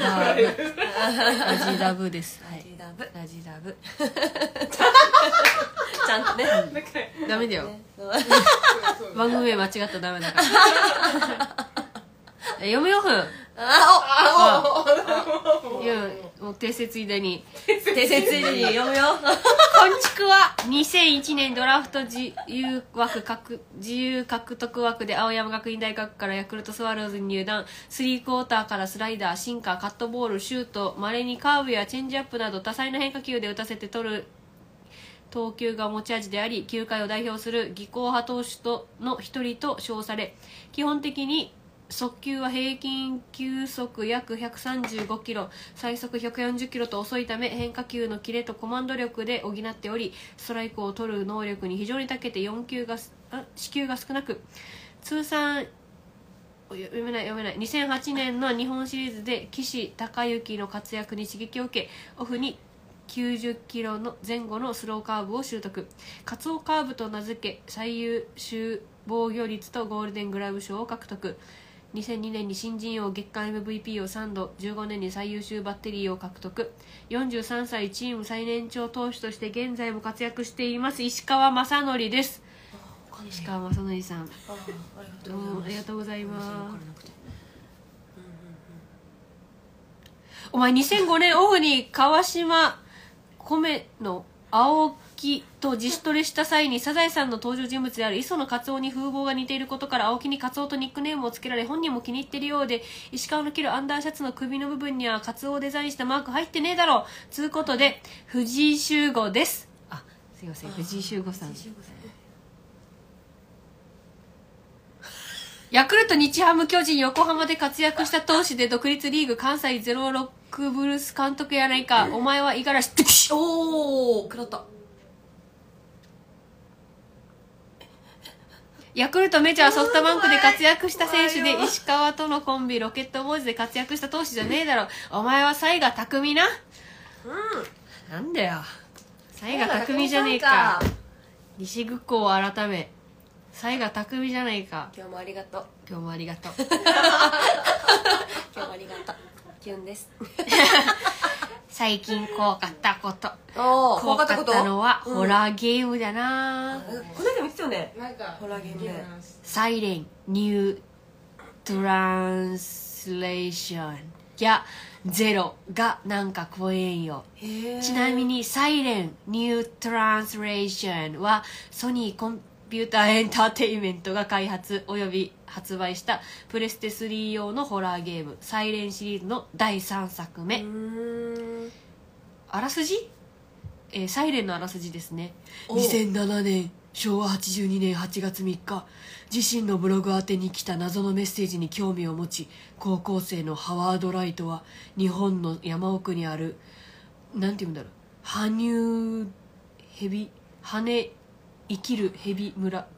Speaker 1: あーラジダブです、はい、
Speaker 2: ダブ
Speaker 1: ラジダ ブ
Speaker 2: ちゃんとね
Speaker 3: だから
Speaker 1: ダメだよ、
Speaker 3: そうそう
Speaker 1: 番組名間違ったらダメ だから読めよふ
Speaker 2: あ
Speaker 3: あお
Speaker 1: んいやもう訂正ついでに
Speaker 2: お訂正ついでに読むよ
Speaker 1: 「こんちくわ」2001年ドラフト自由枠獲自由獲得枠で青山学院大学からヤクルトスワローズに入団スリークォーターからスライダーシンカーカットボールシュートまれにカーブやチェンジアップなど多彩な変化球で打たせて取る投球が持ち味であり球界を代表する技巧派投手との一人と称され基本的に速球は平均球速約135キロ最速140キロと遅いため変化球のキレとコマンド力で補っておりストライクを取る能力に非常に長けて4球がすあ四球が少なく通算およ読めない読めない2008年の日本シリーズで岸孝之の活躍に刺激を受けオフに90キロの前後のスローカーブを習得カツオカーブと名付け最優秀防御率とゴールデングラブ賞を獲得2002年に新人王月間 MVP を3度15年に最優秀バッテリーを獲得43歳チーム最年長投手として現在も活躍しています石川雅規です石川雅規さん
Speaker 2: あありが
Speaker 1: どうもありがとうございますお前2005年オフに川島米の青木と自主トレした際にサザエさんの登場人物である磯野カツオに風貌が似ていることから青木にカツオとニックネームを付けられ本人も気に入っているようで石川の着るアンダーシャツの首の部分にはカツオをデザインしたマーク入ってねえだろうつうことで藤井修吾ですあすいません藤井修吾さんヤクルト、日ハム、巨人、横浜で活躍した投手で独立リーグ関西06ブルース監督やないか。お前は五十嵐ってし
Speaker 2: おお食らった
Speaker 1: ヤクルト、メジャー、ソフトバンクで活躍した選手で石川とのコンビ、ロケットボーイズで活躍した投手じゃねえだろ。お前は西賀匠な。うん。なんだよ。西賀匠じゃねえか。西愚行改め。西賀匠じゃないか。
Speaker 2: 今日もありがとう
Speaker 1: 今日もありが とう。
Speaker 2: 今日もありがとうキュンです
Speaker 1: 最近怖かったこと。
Speaker 2: お
Speaker 1: 怖かったのは、ホ
Speaker 2: ー
Speaker 1: ラーゲームだなぁ。
Speaker 2: この間見てたよね
Speaker 3: なんか
Speaker 2: ホラーゲームね
Speaker 3: ゲームの話
Speaker 1: サイレンニュートランスレーションやゼロがなんか怖えんよちなみに「サイレンニュートランスレーションはソニーコンピューターエンターテインメントが開発および発売したプレステ3用のホラーゲーム「サイレンシリーズの第3作目、
Speaker 2: うーん
Speaker 1: あらすじ、えーサイレンのあらすじですね
Speaker 2: お
Speaker 1: 2007年昭和82年8月3日自身のブログ宛てに来た謎のメッセージに興味を持ち高校生のハワード・ライトは日本の山奥にあるなんて言うんだろう羽生蛇羽生きる蛇村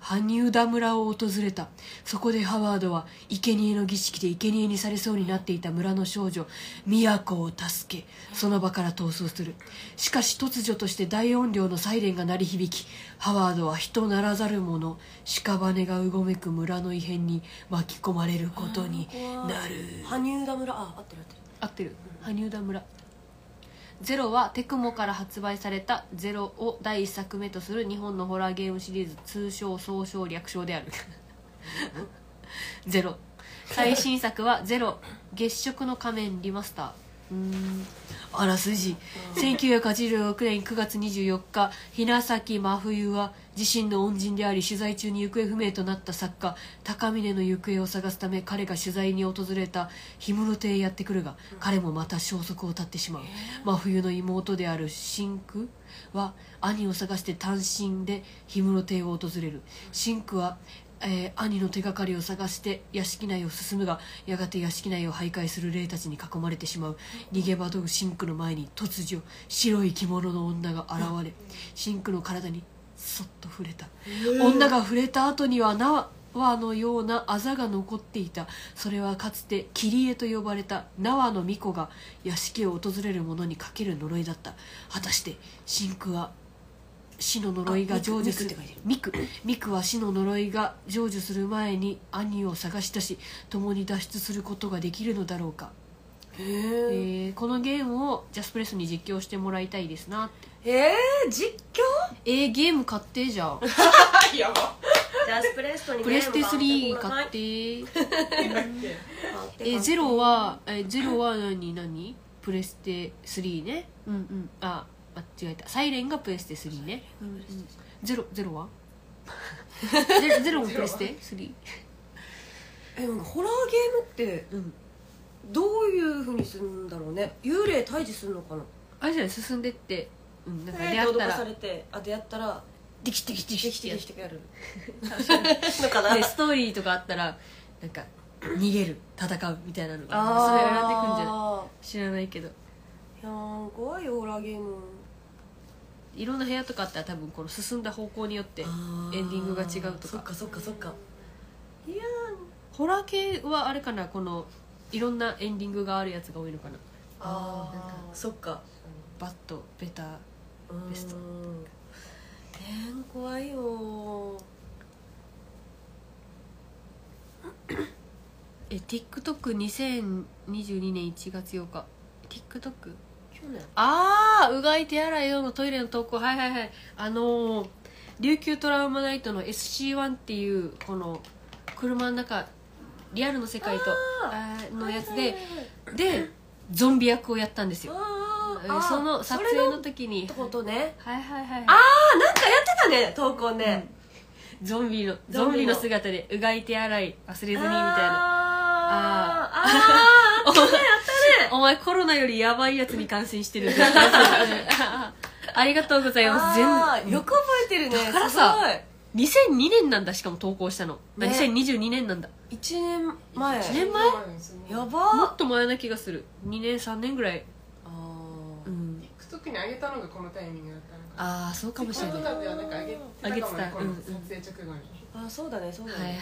Speaker 1: 羽生田村を訪れたそこでハワードは生贄の儀式で生贄にされそうになっていた村の少女都を助けその場から逃走するしかし突如として大音量のサイレンが鳴り響きハワードは人ならざる者屍がうごめく村の異変に巻き込まれることになる
Speaker 2: 羽生田村あ合ってる合ってる
Speaker 1: 合ってる羽生田村ゼロはテクモから発売された「ゼロを第1作目とする日本のホラーゲームシリーズ通称総称略称である ゼロ最新作は「ゼロ月食の仮面リマスター」うーんあらすじ1986年9月24日雛崎真冬は自身の恩人であり取材中に行方不明となった作家高峰の行方を探すため彼が取材に訪れた氷室邸へやってくるが彼もまた消息を絶ってしまう真冬の妹である真空は兄を探して単身で氷室邸を訪れる真空はえー兄の手がかりを探して屋敷内を進むがやがて屋敷内を徘徊する霊たちに囲まれてしまう逃げ惑うシンクの前に突如白い着物の女が現れシンクの体にそっと触れた女が触れた後には縄のようなあざが残っていたそれはかつて切り絵と呼ばれた縄の巫女が屋敷を訪れる者にかける呪いだった果たしてシンクは死の呪いが成就する
Speaker 2: あ
Speaker 1: ミクミクは死の呪いが成就する前に兄を探し出し共に脱出することができるのだろうか、え
Speaker 2: へ
Speaker 1: ーこのゲームをジャスプレスに実況してもらいたいですなって
Speaker 2: ええー、実況
Speaker 1: えー、ゲーム買ってじゃあ
Speaker 3: いやば
Speaker 2: じゃあスプレストに
Speaker 1: プレステ3買ってえ
Speaker 3: いだっけ
Speaker 1: ー、ゼロは、えー、ゼロは何何プレステ3ねうんうんあ間違えたサイレンがプレステ3ねゼロゼロ はゼロゼロもプレステ 3?
Speaker 2: えなんかホラーゲームって
Speaker 1: うん
Speaker 2: どういうふうにするんだろうね幽霊退治するのかな
Speaker 1: あれじゃない進んでって、うん、なんか出
Speaker 2: え
Speaker 1: 会
Speaker 2: ー
Speaker 1: った
Speaker 2: 脅からされてあ出会ったら
Speaker 1: できてきて
Speaker 2: で
Speaker 1: き
Speaker 2: き
Speaker 1: て
Speaker 2: て
Speaker 1: やっ
Speaker 2: きてやる のかな
Speaker 1: でストーリーとかあったらなんか逃げる戦うみたいなのがそれ選んでくんじゃない
Speaker 2: あ
Speaker 1: 知らないけど
Speaker 2: ーいやー怖いよホラーゲーム
Speaker 1: いろんな部屋とかあったら多分この進んだ方向によって
Speaker 2: あー
Speaker 1: エンディングが違うとか
Speaker 2: そっかそっかそっかいや
Speaker 1: ホラー系はあれかなこのいろんなエンディングがあるやつが多いのかな
Speaker 2: あ
Speaker 3: ー
Speaker 2: ーそっか
Speaker 1: バッとベタベスト
Speaker 2: うーんえー怖いよ
Speaker 1: え TikTok2022 年1月8日 TikTok
Speaker 2: 去年
Speaker 1: ああうがい手洗い用のトイレの投稿はいはいはいあのー琉球トラウマナイトの SC1 っていうこの車の中リアルの世界とあーのやつででゾンビ役をやったんですよ
Speaker 2: あ
Speaker 1: え
Speaker 2: ー
Speaker 1: ー
Speaker 2: あー
Speaker 1: その撮影の時に
Speaker 2: それのことね
Speaker 1: はいはいはい
Speaker 2: ああなんかやってたね投稿ね
Speaker 1: ゾンビのゾ
Speaker 2: ゾ
Speaker 1: ン
Speaker 2: ンビ
Speaker 1: ビ
Speaker 2: の
Speaker 1: の姿でうがい手洗い忘れずにみたいな
Speaker 2: あーあーあーあったねあったね
Speaker 1: お前コロナよりやばいやつに感染して るありがとうございます
Speaker 2: あ
Speaker 1: 全
Speaker 2: ーよく覚えてるね
Speaker 1: だからさ2002年なんだしかも投稿したの、
Speaker 2: ね
Speaker 1: 2022年なんだ
Speaker 2: すごい1年前
Speaker 1: 一年前
Speaker 2: や
Speaker 1: も
Speaker 2: ば
Speaker 1: っと前な気がする2年3年ぐらい、
Speaker 2: あ
Speaker 1: う
Speaker 2: ー
Speaker 1: ん、
Speaker 3: TikTok に上げたのがこのタイミングだったのか
Speaker 1: ああそうかもしれない
Speaker 3: い
Speaker 1: は
Speaker 3: ではなんか上げてたかも
Speaker 1: 上げてた
Speaker 3: ねこの
Speaker 1: うんうん
Speaker 3: 撮影直後に
Speaker 2: あーそうだねそう
Speaker 1: い
Speaker 2: だ
Speaker 1: はい
Speaker 2: ね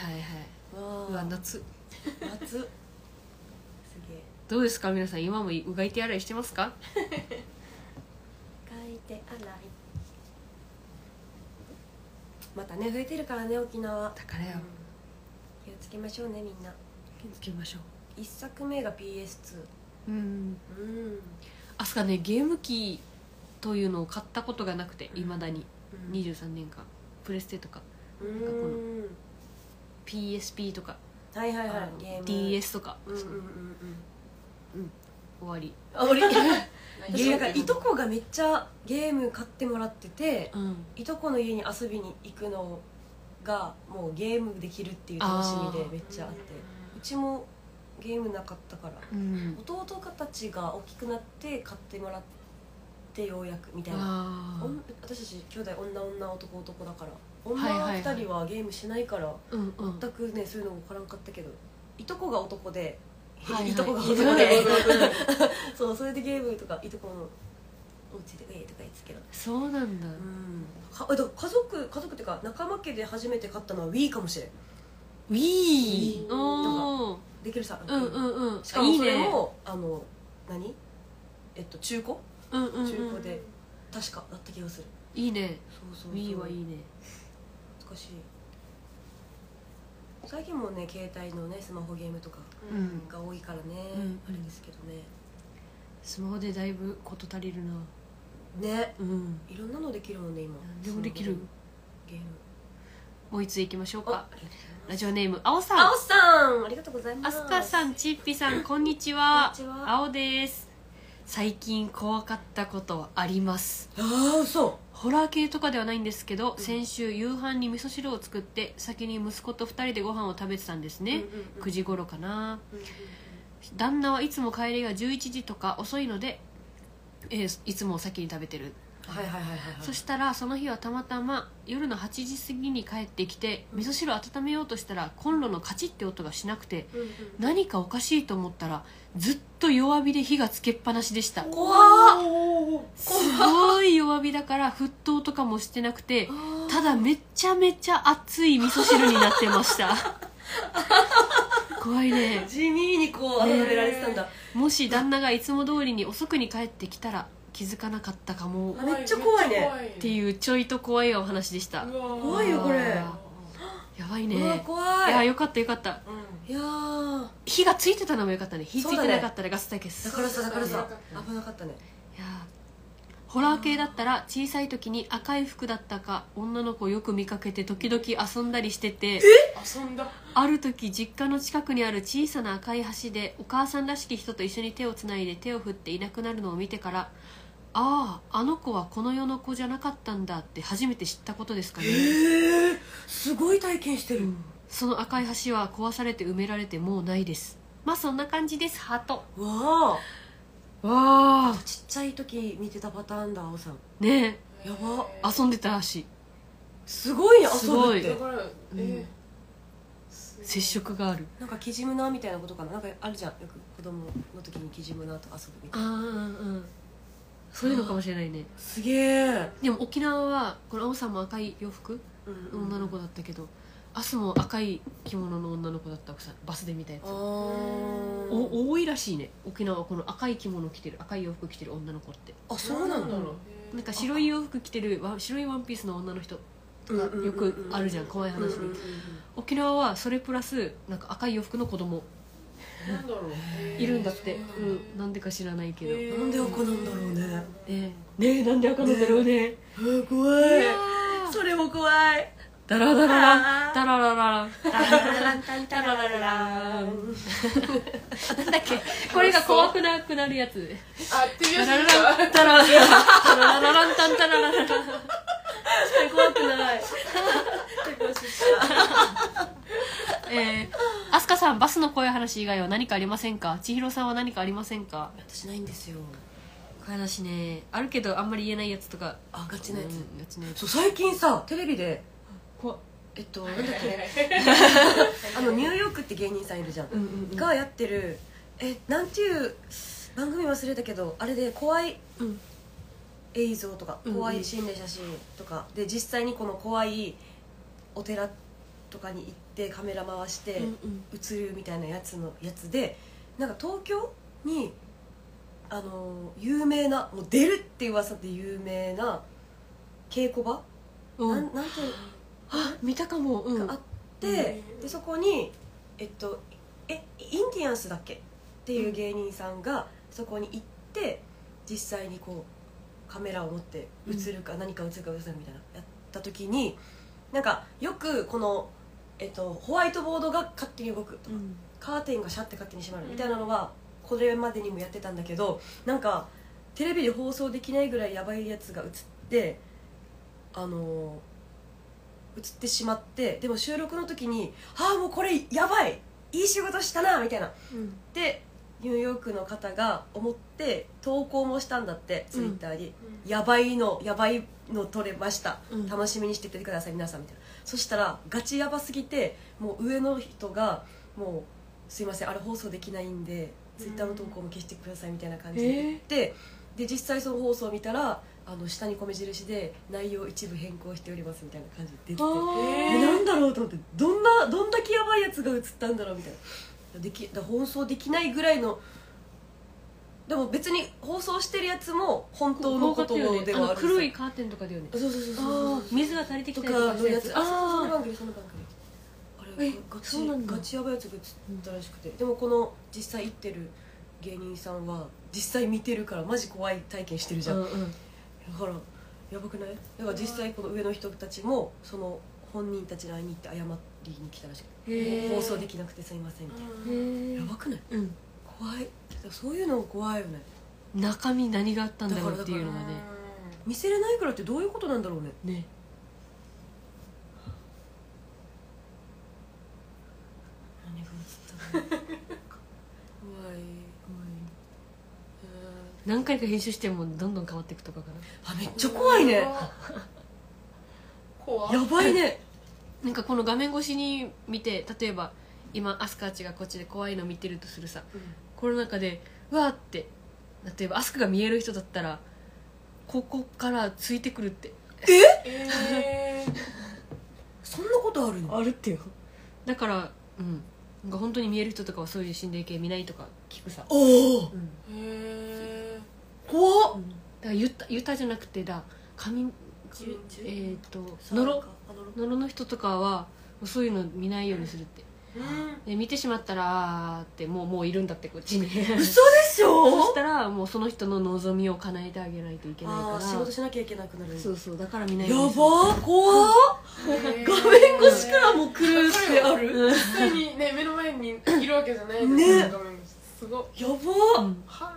Speaker 1: はいうわ
Speaker 2: わー
Speaker 1: 夏
Speaker 2: 夏すげえ
Speaker 1: どうですか皆さん今もうがい手洗いしてますか
Speaker 2: 書いてあらいまたね増えてるからね沖縄
Speaker 1: だからよ
Speaker 2: 気をつけましょうねみんな
Speaker 1: 気をつけましょ
Speaker 2: 1作目が PS2
Speaker 1: ううん
Speaker 2: うん
Speaker 1: あすかねゲーム機というのを買ったことがなくていまだに23年間プレステとか
Speaker 2: うん
Speaker 1: PSP とか、
Speaker 2: はいはいはい
Speaker 1: あの
Speaker 2: ゲーム
Speaker 1: DS とか、
Speaker 2: うんうんうん
Speaker 1: 終わり
Speaker 2: あ俺
Speaker 1: ゲー
Speaker 2: 私な
Speaker 1: ム
Speaker 2: んかいとこがめっちゃゲーム買ってもらってて
Speaker 1: うん
Speaker 2: いとこの家に遊びに行くのがもうゲームできるっていう楽しみでめっちゃあってうちもゲームなかったから
Speaker 1: うん
Speaker 2: 弟たちが大きくなって買ってもらってようやくみたいな
Speaker 1: あ
Speaker 2: おん私たち兄弟女女男男だから女
Speaker 1: はいはいは
Speaker 2: 二
Speaker 1: い
Speaker 2: 人はゲームしないから
Speaker 1: うんうん
Speaker 2: 全くねそういうの分からんかったけどいとこが男で、
Speaker 1: はいはい
Speaker 2: いとこが
Speaker 1: いと
Speaker 2: 男
Speaker 1: こ
Speaker 2: で
Speaker 1: で
Speaker 2: そうそれでゲームとかいとこのお家で「ええ」とか言ってたけど
Speaker 1: そうなんだ
Speaker 2: うんかえだから家族家族っていうか仲間家で初めて買ったのは Wii かもしれん
Speaker 1: Wii
Speaker 3: うん
Speaker 1: おー
Speaker 2: できるさ
Speaker 1: うんうんうん
Speaker 2: しか
Speaker 1: あい
Speaker 2: も
Speaker 1: い
Speaker 2: そ
Speaker 1: ね
Speaker 2: れもあの何えっと中古
Speaker 1: うんうんうん
Speaker 2: 中古で確かだった気がする
Speaker 1: いいね
Speaker 2: そうそうそう
Speaker 1: Wii はいいね
Speaker 2: 懐かしい最近もね携帯のねスマホゲームとか
Speaker 1: うん
Speaker 2: が多いからね、
Speaker 1: うん
Speaker 2: あれですけどね
Speaker 1: スマホでだいぶ事足りるな
Speaker 2: ね
Speaker 1: うん
Speaker 2: いろんなのできるもんね今
Speaker 1: 何でもできる
Speaker 2: ゲーム
Speaker 1: もう一ついきましょう
Speaker 2: あ
Speaker 1: かラジオネームあおさん
Speaker 2: あおさんありがとうございま
Speaker 1: あ
Speaker 2: す
Speaker 1: すかさんちっぴさんこんにち
Speaker 2: こん
Speaker 1: は
Speaker 2: にちは
Speaker 1: あおです最近怖かったことあります
Speaker 2: あ嘘
Speaker 1: ホラー系とかではないんですけど、先週夕飯に味噌汁を作って先に息子と2人でご飯を食べてたんですね、9時頃かな旦那はいつも帰りが11時とか遅いので、えーいつも先に食べてる
Speaker 2: はいはいはいはいはい
Speaker 1: そしたらその日はたまたま夜の8時過ぎに帰ってきて味噌汁を温めようとしたらコンロのカチッって音がしなくて
Speaker 2: うんうん
Speaker 1: 何かおかしいと思ったらずっと弱火で火がつけっぱなしでした
Speaker 2: 怖っ
Speaker 1: すごい弱火だから沸騰とかもしてなくてただめちゃめちゃ熱い味噌汁になってました 怖いね
Speaker 2: 地味にこう温められてたんだ
Speaker 1: もし旦那がいつも通りに遅くに帰ってきたら気づかなかったかも
Speaker 2: あめっちゃ怖いね
Speaker 1: っ
Speaker 3: ってう
Speaker 1: いうちょいと怖いお話でした
Speaker 3: わ
Speaker 2: 怖いよこれ
Speaker 1: やばいう
Speaker 2: わ
Speaker 1: ねい
Speaker 2: 怖い
Speaker 1: やよかったよかった
Speaker 3: うん
Speaker 2: いやー
Speaker 1: 火がついてたのもよかったね火ついてなかったらガスだけです
Speaker 2: だからさだからさ
Speaker 3: そう
Speaker 2: 危なかったね
Speaker 1: いやーホラー系だったら小さい時に赤い服だったか女の子をよく見かけて時々遊んだりしてて
Speaker 3: 遊んだ
Speaker 1: ある時実家の近くにある小さな赤い橋でお母さんらしき人と一緒に手をつないで手を振っていなくなるのを見てからあああの子はこの世の子じゃなかったんだって初めて知ったことですかね、
Speaker 2: ええすごい体験してる
Speaker 1: その赤い橋は壊されて埋められてもうないですまあそんな感じですハート
Speaker 2: わ
Speaker 1: わ
Speaker 2: あちっちゃい時見てたパターンだ青さん
Speaker 1: ね
Speaker 2: やば
Speaker 1: え遊んでたし
Speaker 2: すごいね
Speaker 1: す
Speaker 2: 遊
Speaker 1: ご
Speaker 2: ぶ
Speaker 1: い
Speaker 2: って
Speaker 3: だからえ
Speaker 1: ん接触がある
Speaker 2: なんかキジムナーみたいなことかななんかあるじゃんよく子供の時にキジムナーと遊ぶみた
Speaker 1: あ
Speaker 2: いな
Speaker 1: うんそういうのかもしれないね
Speaker 2: すげえ、
Speaker 1: でも沖縄はこの青さんも赤い洋服
Speaker 2: うんうん
Speaker 1: 女の子だったけど明日も赤い着物の女の子だったさバスで見たやつ
Speaker 2: あー
Speaker 1: お多いらしいね沖縄はこの赤い着物着てる赤い洋服着てる女の子って
Speaker 2: あそうなんだ
Speaker 3: ろ
Speaker 1: なんか白い洋服着てるわ白いワンピースの女の人とか
Speaker 2: うんうんうんうん
Speaker 1: よくあるじゃん怖い話
Speaker 2: うんうんう
Speaker 1: に
Speaker 2: ん
Speaker 1: 沖縄はそれプラスなんか赤い洋服の子供
Speaker 3: なんだろう
Speaker 1: いるんだって、
Speaker 3: へー
Speaker 1: うん、なんでか知らないけど、
Speaker 3: へー
Speaker 2: なんで赤なんだろうね
Speaker 1: ねえねえなんで赤なんだろうね
Speaker 2: えー怖
Speaker 1: い
Speaker 2: い
Speaker 1: やー
Speaker 2: それも怖い
Speaker 1: ダラダラランダララララン
Speaker 2: タララランタンタララララン
Speaker 1: なんだっけこれが怖くなくなるやつ
Speaker 3: あ手
Speaker 1: ダ
Speaker 3: 拍子
Speaker 1: ララ
Speaker 3: 見た
Speaker 1: ランタララダララランタンタララララ
Speaker 2: 怖くない
Speaker 1: えー、アスカさんバスの怖い話以外は何かありませんか千尋さんは何かありませんか
Speaker 2: 私ないんですよ
Speaker 1: 怖い話ねあるけどあんまり言えないやつとか
Speaker 2: あガチなやつ
Speaker 1: うんやつね
Speaker 2: そう最近さテレビで
Speaker 1: 怖っ
Speaker 2: えっとなんだっけあのニューヨークって芸人さんいるじゃん
Speaker 1: うんうんうん
Speaker 2: がやってるえなんていう番組忘れたけどあれで怖い
Speaker 1: うん
Speaker 2: 映像とか
Speaker 1: うんうん
Speaker 2: 怖い心霊写真とかで実際にこの怖いお寺とかに行ってカメラ回して
Speaker 1: うんうん
Speaker 2: 映るみたいなやつのやつでなんか東京にあの有名なもう出るって噂で有名な稽古場
Speaker 1: う
Speaker 2: なん
Speaker 1: ん
Speaker 2: なんていう
Speaker 1: あ見たかもうん
Speaker 2: があって、でそこにえっとえインディアンスだっけっていう芸人さんがそこに行って実際にこうカメラを持って映るか何か映るか映るかみたいなやった時になんかよくこの、えっと、ホワイトボードが勝手に動くとか、
Speaker 1: うん
Speaker 2: カーテンがシャッて勝手に閉まるみたいなのはこれまでにもやってたんだけどなんかテレビで放送できないぐらいやばいやつが映ってあの映ってしまってでも収録の時に「ああもうこれやばいいい仕事したな」みたいなでニューヨークの方が思って投稿もしたんだってツイッターに「やばいのやばいの撮れました」
Speaker 1: うん
Speaker 2: 楽しみにしててください皆さんみたいなそしたらガチヤバすぎてもう上の人がもうすいませんあれ放送できないんでツイッターの投稿も消してくださいみたいな感じで
Speaker 1: えー
Speaker 2: 言って、で実際その放送を見たらあの下に米印で内容を一部変更しておりますみたいな感じで出てて
Speaker 3: ー
Speaker 2: えなんだろうと思ってどんなどんだけヤバいやつが映ったんだろうみたいなできだから放送できないぐらいのでも別に放送してるやつも本当のことではある
Speaker 1: 黒いカーテンとかだよね
Speaker 2: そうそうそうそうそう
Speaker 1: あー水が足りてき
Speaker 2: と
Speaker 1: た
Speaker 2: か
Speaker 1: りとか
Speaker 2: のやつあその
Speaker 1: あ
Speaker 2: 番組その番組あれ
Speaker 1: え
Speaker 2: ガチ
Speaker 1: そうなんだ
Speaker 2: ガチやばいやつが映ったらしくてでもこの実際行ってる芸人さんは実際見てるからマジ怖い体験してるじ
Speaker 1: あ
Speaker 2: ゃ、
Speaker 1: うんん
Speaker 2: だ
Speaker 1: うん
Speaker 2: からやばくないだから実際この上の人たちもその本人たちに会いに行って謝りに来たらしくて、
Speaker 1: へえ
Speaker 2: 放送できなくてすいませんみたいな、やばくない
Speaker 1: うん
Speaker 2: 怖いだからそういうの怖いよね
Speaker 1: 中身何があったんだろうっていうのがね
Speaker 2: 見せれないからってどういうことなんだろうね
Speaker 1: ね
Speaker 2: 何が映ったの怖いうん
Speaker 1: 何回か編集してもどんどん変わっていくとかかな
Speaker 2: あめっちゃ怖いねや
Speaker 3: 怖
Speaker 2: ばいね
Speaker 1: なんかこの画面越しに見て例えば今アスカーチがこっちで怖いの見てるとするさこの中でわーって例えばアスカが見える人だったらここからついてくるって
Speaker 3: えー
Speaker 2: そんなことあるの
Speaker 1: あるってよだからうんなんか本当に見える人とかはそういう心霊系見ないとか聞くさ
Speaker 2: おお
Speaker 1: うん
Speaker 3: え
Speaker 2: 怖っ
Speaker 1: だからユタユタじゃなくてだ神じゅ
Speaker 2: 神
Speaker 1: えっ、とノロ
Speaker 2: あのろ
Speaker 1: ノロの人とかはもうそういうの見ないようにするって
Speaker 3: ーうん
Speaker 1: で見てしまったらあーってもうもういるんだってこっちに
Speaker 2: 嘘でし
Speaker 1: そし
Speaker 2: ょ
Speaker 1: たらもうその人の望みを叶えてあげないといけないか
Speaker 2: あ
Speaker 1: ら
Speaker 2: ー仕事しなきゃいけなくなる
Speaker 1: そうそうだから見ない
Speaker 2: やば
Speaker 1: にする
Speaker 2: ー怖っ画面越しからも来るってある
Speaker 1: うん
Speaker 3: 実際にね目の前にいるわけじゃないです
Speaker 2: ね
Speaker 3: 画面越しすごい
Speaker 2: やば
Speaker 1: う
Speaker 2: ー
Speaker 1: ん
Speaker 3: は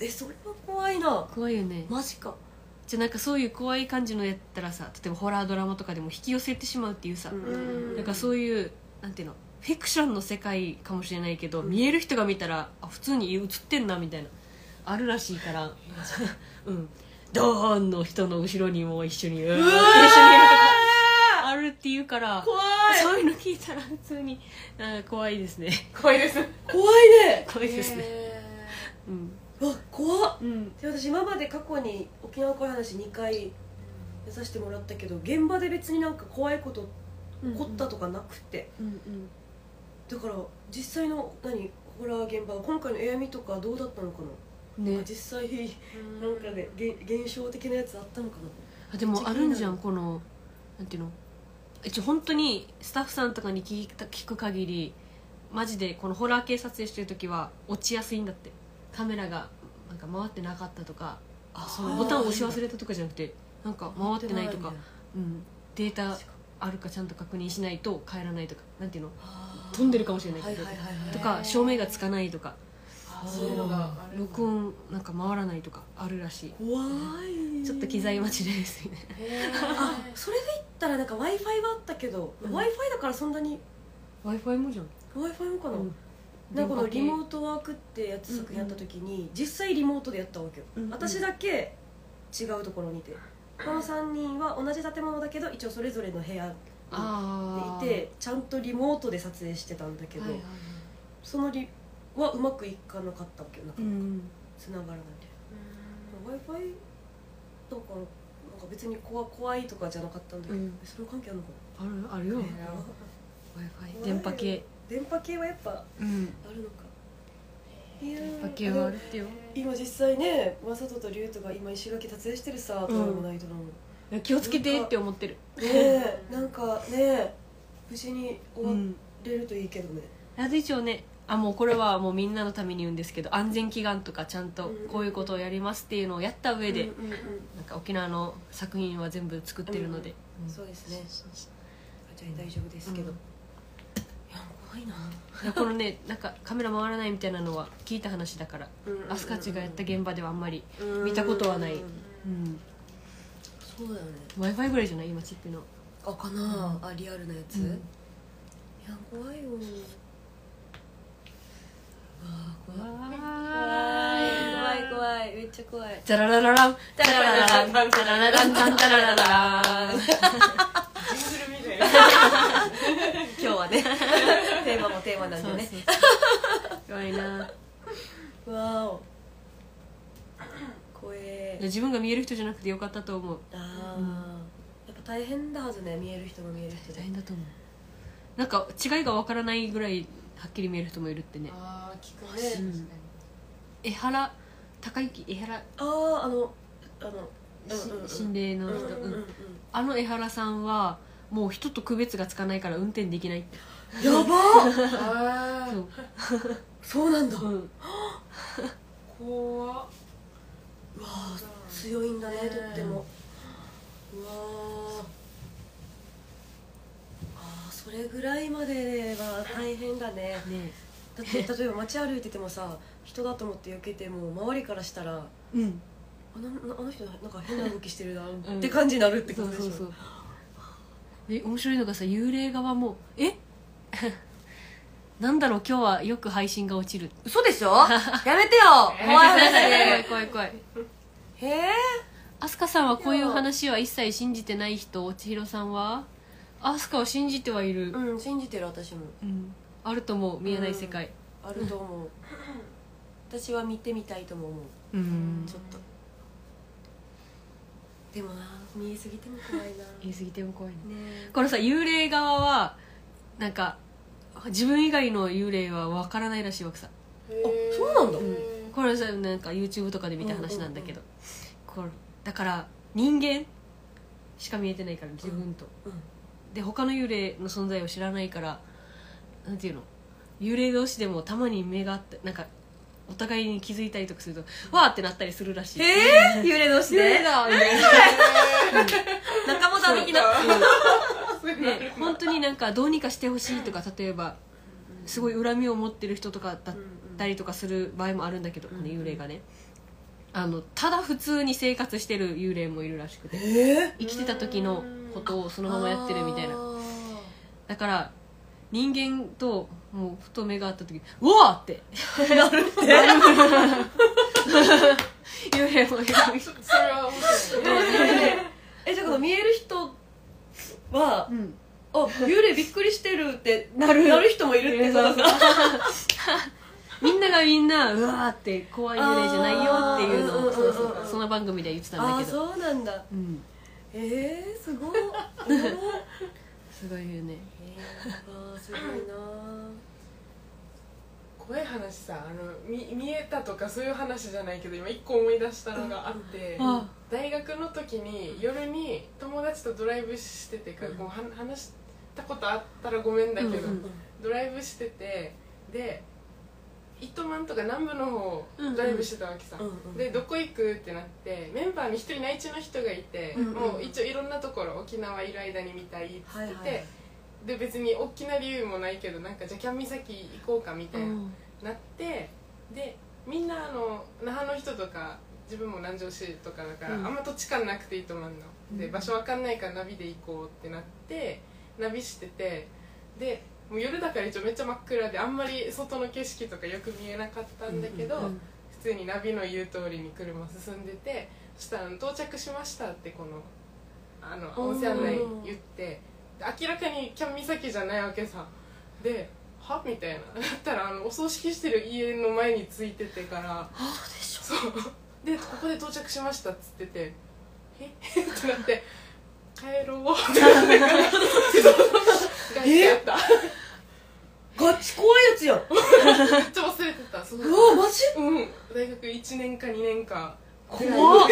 Speaker 2: えそれは怖いな
Speaker 1: 怖いよね
Speaker 2: マジか
Speaker 1: じゃあなんかそういう怖い感じのやったらさ例えばホラードラマとかでも引き寄せてしまうっていうさ、
Speaker 3: ん
Speaker 1: なんかそういうなんていうのフィクションの世界かもしれないけど、
Speaker 2: うん
Speaker 1: 見える人が見たらあ普通に映ってんなみたいなあるらしいから うんドーンの人の後ろにも一緒にうわーって一緒にいるとかあるっていうから
Speaker 2: 怖い
Speaker 1: そういうの聞いたら普通にあ怖いですね
Speaker 3: 怖いです
Speaker 2: 怖いね
Speaker 1: 怖いですね、
Speaker 3: え
Speaker 1: うん
Speaker 2: うわ怖っ
Speaker 1: うん
Speaker 2: で私今まで過去に沖縄怖い話2回出させてもらったけど現場で別になんか怖いこと起こったとかなくて、
Speaker 1: うんうん
Speaker 2: だから実際の何ホラー現場今回のエアミとかどうだったのかな
Speaker 1: ね
Speaker 2: 実際
Speaker 3: ー
Speaker 2: なんかねげ現象的なやつあったのかな
Speaker 1: あでもあるんじゃんこのなんていうの一応本当にスタッフさんとかに聞いた聞く限りマジでこのホラー系撮影してる時は落ちやすいんだってカメラがなんか回ってなかったとかそのボタンを押し忘れたとかじゃなくてなんか回ってないとか、うん、データあるかちゃんと確認しないと帰らないとかなんていうの飛んでるかもしれない
Speaker 2: はい
Speaker 1: け
Speaker 2: は
Speaker 1: ど
Speaker 2: いはいはい
Speaker 1: とか照明がつかないとか
Speaker 3: あそういうのがある
Speaker 1: 録音なんか回らないとかあるらし
Speaker 2: 怖い
Speaker 1: いちょっと機材待ちですみたいな
Speaker 3: へー
Speaker 2: あそれで言ったらなんか w i f i はあったけど、
Speaker 1: うん
Speaker 2: w i f i だからそんなに
Speaker 1: w i f i もじゃん
Speaker 2: w i f i もかな、
Speaker 1: うん
Speaker 2: なんかこのリモートワークってやつ作品やった時に、実際リモートでやったわけよ、
Speaker 1: うんうん
Speaker 2: 私だけ違うところにいてこの3人は同じ建物だけど一応それぞれの部屋
Speaker 1: あ
Speaker 2: でいてちゃんとリモートで撮影してたんだけど、そのりはうまくいかなかったわけよなんか
Speaker 1: うん
Speaker 2: 繋がらないで w i f i とかなんか別に怖怖いとかじゃなかったんだけど、
Speaker 1: うん
Speaker 2: それは関係あるのか
Speaker 1: あるあるよ
Speaker 3: ね
Speaker 1: w
Speaker 2: な、
Speaker 3: うん
Speaker 1: i f i 電波系
Speaker 2: 電波系はやっぱ
Speaker 1: うん
Speaker 2: あるのかいやー
Speaker 1: 電波系はあるってよ
Speaker 2: 今実際ね雅人と龍斗が今石垣撮影してるさドラマナイト の、ね
Speaker 1: 気をつけてって思ってる
Speaker 2: えなんかね無事に終われるといいけどね、
Speaker 1: あと一応ねあもうこれはもうみんなのために言うんですけど安全祈願とかちゃんとこういうことをやりますっていうのをやった上で、
Speaker 2: うんうん
Speaker 1: なんか沖縄の作品は全部作ってるので、
Speaker 2: うんそうですね
Speaker 1: そうそう
Speaker 2: じゃあ大丈夫ですけど、
Speaker 1: うん
Speaker 2: いやもうごいな
Speaker 1: やこのねなんかカメラ回らないみたいなのは聞いた話だから飛鳥ちがやった現場ではあんまり、見たことはないうん、
Speaker 2: そうだよね
Speaker 1: w i f i ぐらいじゃない今チップの、
Speaker 2: あかなあリアルなやつ、
Speaker 1: うん
Speaker 2: いや怖いよあ怖い怖い怖いめっちゃ怖い
Speaker 1: ザララララン
Speaker 2: タララララン
Speaker 1: ザララランタンタララララン
Speaker 3: ジングルみたいな
Speaker 2: 今日は ねテーマもテーマなんで
Speaker 1: そう
Speaker 2: ね
Speaker 1: そうそう怖いな
Speaker 2: わお怖え
Speaker 1: 自分が見える人じゃなくてよかったと思う
Speaker 2: あーやっぱ大変だはずね見える人が見える人
Speaker 1: 大
Speaker 2: で
Speaker 1: 変だと思うなんか違いがわからないぐらいはっきり見える人もいるってね
Speaker 3: ああ聞く
Speaker 1: う
Speaker 3: ね
Speaker 1: ん江原孝之江原
Speaker 2: あああのあの
Speaker 1: し
Speaker 2: うんうんうん
Speaker 1: 心霊の人、
Speaker 2: うんうんう
Speaker 1: うんんあの江原さんはもう人と区別がつかないから運転できないって
Speaker 2: やばっ
Speaker 3: あ
Speaker 1: そう
Speaker 2: そうなんだ
Speaker 1: う
Speaker 2: うん
Speaker 3: あ怖っ
Speaker 2: わあ強いんだねとってもうわーあーそれぐらいまでは大変だね
Speaker 1: ね
Speaker 2: だって例えば街歩いててもさ人だと思って避けても周りからしたら
Speaker 1: うん
Speaker 2: あのあの人なんか変な動きしてるな
Speaker 1: うん
Speaker 2: って感じになるってこ
Speaker 1: そ
Speaker 2: と
Speaker 1: う
Speaker 2: でし
Speaker 1: そう
Speaker 2: ょ
Speaker 1: そうで面白いのがさ幽霊側も「え なんだろう今日はよく配信が落ちる
Speaker 2: 嘘 でしょやめてよ怖い話」
Speaker 1: 怖い
Speaker 2: ね
Speaker 1: 怖い怖い
Speaker 2: へえ
Speaker 1: 飛鳥さんはこういう話は一切信じてない人千尋さんは飛鳥を信じてはいる、
Speaker 2: うん信じてる私も
Speaker 1: うんあるとも見えない世界
Speaker 2: あると 思う私は見てみたいとも思う
Speaker 1: うん
Speaker 2: ちょっとでもな見えすぎても怖いな
Speaker 1: 言い過ぎても怖いね
Speaker 2: ね
Speaker 1: このさ幽霊側はなんか自分以外の幽霊は分からないらしいわけさ
Speaker 3: へー
Speaker 2: そうなんだ
Speaker 3: へー
Speaker 1: これさなんか YouTube とかで見た話なんだけど、これだから人間しか見えてないから自分と、
Speaker 2: うん
Speaker 1: で他の幽霊の存在を知らないからなんていうの幽霊同士でもたまに目があってなんかお互いに気づいたりとかすると、わーってなったりするらしい
Speaker 2: えー、幽霊同士
Speaker 1: 幽霊
Speaker 2: で
Speaker 1: だみたいな
Speaker 2: 仲間だ的な
Speaker 1: で本当になんかどうにかしてほしいとか例えばすごい恨みを持ってる人とかだったりとかする場合もあるんだけど、この幽霊がねあのただ普通に生活してる幽霊もいるらしくて
Speaker 2: え
Speaker 1: 生きてた時のことをそ
Speaker 2: そ
Speaker 1: のままやってるみたいなだから人間ともうふと目が合った時「うわ!」って なるって 幽霊もいる
Speaker 3: それは面白いね
Speaker 2: えじゃあこの見える人は
Speaker 1: うん
Speaker 2: あ幽霊びっくりしてるってなるなる人もいるってことか
Speaker 1: みんながみんな「うわ!」って怖い幽霊じゃないよっていうの
Speaker 2: あ
Speaker 1: を
Speaker 2: ー
Speaker 1: そうそ
Speaker 2: うんうん
Speaker 1: う
Speaker 2: うん
Speaker 1: その番組で言ってたん
Speaker 2: あ
Speaker 1: だ
Speaker 2: あ
Speaker 1: けど
Speaker 2: そうなんだ
Speaker 1: うん
Speaker 2: えー、すごいおもろ い
Speaker 1: すごいよね
Speaker 2: えー、あーすごいな
Speaker 3: 怖い話さあの見見えたとかそういう話じゃないけど今一個思い出したのがあって、
Speaker 1: うんあ
Speaker 3: 大学の時に夜に友達とドライブしててか、こうは話したことあったらごめんだけど、
Speaker 1: うんうん
Speaker 3: ドライブしててで糸満とか南部の方
Speaker 1: うんうん
Speaker 3: ドライブしてたわけさ、
Speaker 2: うんうん
Speaker 3: でどこ行くってなってメンバーに一人内地の人がいて、
Speaker 2: うんうん
Speaker 3: もう一応いろんなところ沖縄いる間に見たいって言ってて、
Speaker 2: はいはい
Speaker 3: で別に大きな理由もないけどなんかじゃあキャン岬行こうかみたいな、なってでみんなあの那覇の人とか自分も南城市とかだから、
Speaker 1: うん
Speaker 3: あんま土地感なくていいと思うの、で場所わかんないからナビで行こうってなってナビしててでもう夜だから一応めっちゃ真っ暗であんまり外の景色とかよく見えなかったんだけど、
Speaker 1: うん
Speaker 3: 普通にナビの言う通りに車進んでてそしたらあの「到着しました」ってこのあの
Speaker 2: おー
Speaker 3: 音声案内言って明らかにキャン岬じゃないわけさで「は?」みたいな だったらあのお葬式してる家の前に着いててから
Speaker 2: そうでしょ
Speaker 3: そうで「ここで到着しました」っつってて「え ってなって「帰ろう」ってなってから帰ってやった
Speaker 2: ガチ怖いやつやんうわ
Speaker 3: めっちゃ忘れてたその
Speaker 2: マジ
Speaker 3: うん大学1年か2年か
Speaker 2: 怖っ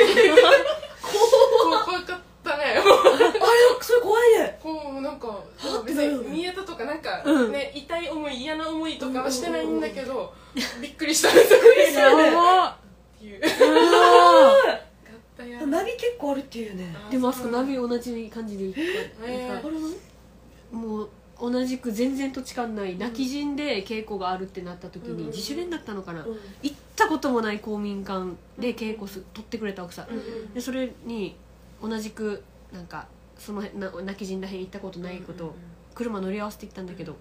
Speaker 3: 怖怖かったね
Speaker 2: あれそれ怖いね
Speaker 3: こうなんか
Speaker 2: は
Speaker 3: 別に見えたとかなんか、
Speaker 1: うん
Speaker 3: ね痛い思い嫌な思いとかはしてないんだけど、びっくりしたびっくりした
Speaker 1: や
Speaker 3: っ
Speaker 1: ば
Speaker 3: ていうがったや
Speaker 2: ナビ結構あるっていうね
Speaker 1: でもあそこナビ同じ感じで行って
Speaker 3: え
Speaker 1: なんか
Speaker 2: れ何
Speaker 1: もう同じく全然土地勘ない泣き陣で稽古があるってなった時
Speaker 2: うん
Speaker 1: に自主練だったのかな、
Speaker 2: うん
Speaker 1: 行ったこともない公民館で稽古す取ってくれた奥さんでそれに同じくなんかその辺な泣き陣らへん行ったことないことを車乗り合わせて行ったんだけど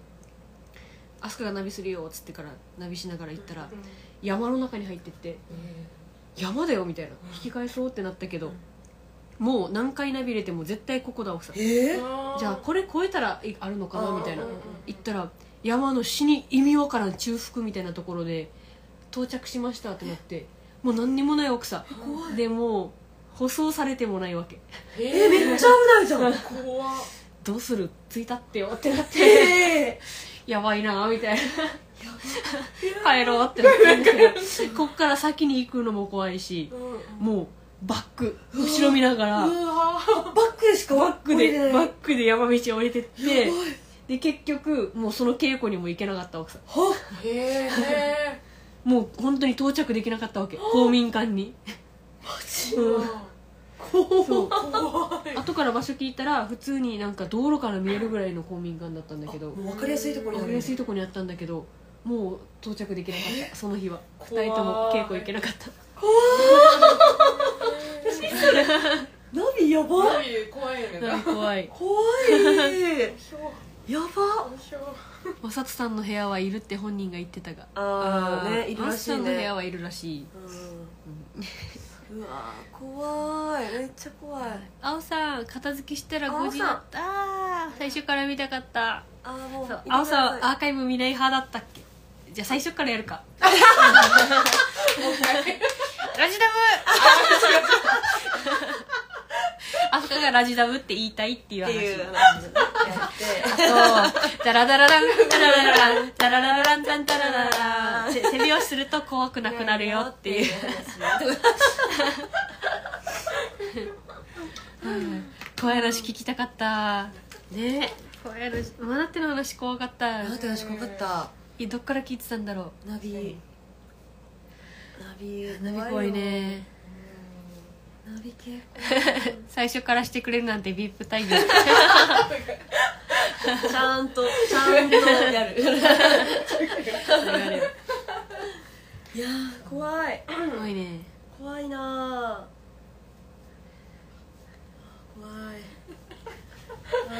Speaker 1: 「飛鳥がナビするよ」っつってからナビしながら行ったら山の中に入ってって「山だよ」みたいな引き返そうってなったけどもう何回ナビ入れても絶対ここだ奥さん
Speaker 2: えー
Speaker 1: じゃあこれ超えたらいあるのかなみたいな
Speaker 2: うんうんうん
Speaker 1: 行ったら山の死に意味わからん中腹みたいなところで到着しましたってなってもう何にもない奥さんでもう舗装されてもないわけ
Speaker 3: え
Speaker 2: えめっちゃ危ないじゃん
Speaker 3: 怖っ
Speaker 1: どうする着いたってよってな って
Speaker 2: え
Speaker 1: やばいなみたいな
Speaker 2: ー
Speaker 1: 帰ろうってなってこっから先に行くのも怖いしもうバック後ろ見ながら
Speaker 2: うわーバックでしか
Speaker 1: バッ
Speaker 2: バッ
Speaker 1: ク
Speaker 2: ク
Speaker 1: で
Speaker 2: で
Speaker 1: バックで山道降りてって
Speaker 2: やばい
Speaker 1: で結局もうその稽古にも行けなかった奥さん
Speaker 2: は
Speaker 3: へえ
Speaker 1: もう本当に到着できなかったわけ公民館に
Speaker 2: マジ
Speaker 1: うんそう
Speaker 3: 怖い
Speaker 1: 後から場所聞いたら普通になんか道路から見えるぐらいの公民館だったんだけど
Speaker 2: もう分かりやすいところにあ
Speaker 1: 分
Speaker 2: る
Speaker 1: かりやすいとこにあったんだけどもう到着できなかったその日は
Speaker 3: 怖
Speaker 1: 2
Speaker 3: い
Speaker 1: 人とも稽古行けなかった
Speaker 2: ナビやば
Speaker 3: 怖
Speaker 2: い
Speaker 3: い怖いよね
Speaker 1: なんか怖 い
Speaker 2: 怖 い
Speaker 3: ひょ
Speaker 2: やば
Speaker 3: ひょ
Speaker 1: おさつさんの部屋はいるって本人が言ってたが
Speaker 2: あーねいるら
Speaker 1: お
Speaker 2: しい
Speaker 1: さつさんの部
Speaker 2: ね
Speaker 1: 屋はいるらしい
Speaker 2: うんうわー怖いめっちゃ怖い
Speaker 1: あおさん片付けしたら5時だったあー最初から見たかった
Speaker 2: あーもう
Speaker 1: そうあおさん
Speaker 2: あ
Speaker 1: アーカイブ見ない派だったっけじゃあ最初からやる かラジダム あそこがラジダムって言いたいっていう
Speaker 2: って
Speaker 1: 話
Speaker 2: いう話やって
Speaker 1: そうダラダラランダラダラランダラダラランダンダラダラ ンせ背拍子すると怖くなくなるよっていう怖い話聞きたかったね怖い話マナテの話怖かった
Speaker 2: なんて話怖かった
Speaker 1: えどっから聞いてたんだろ
Speaker 2: ナビナビ
Speaker 1: うナビ怖いね
Speaker 2: ナビ系
Speaker 1: 最初からしてくれるなんてビップタイム
Speaker 2: ちゃんとちゃんとやるいやー怖い
Speaker 1: 怖いね
Speaker 2: 怖いなー怖いあ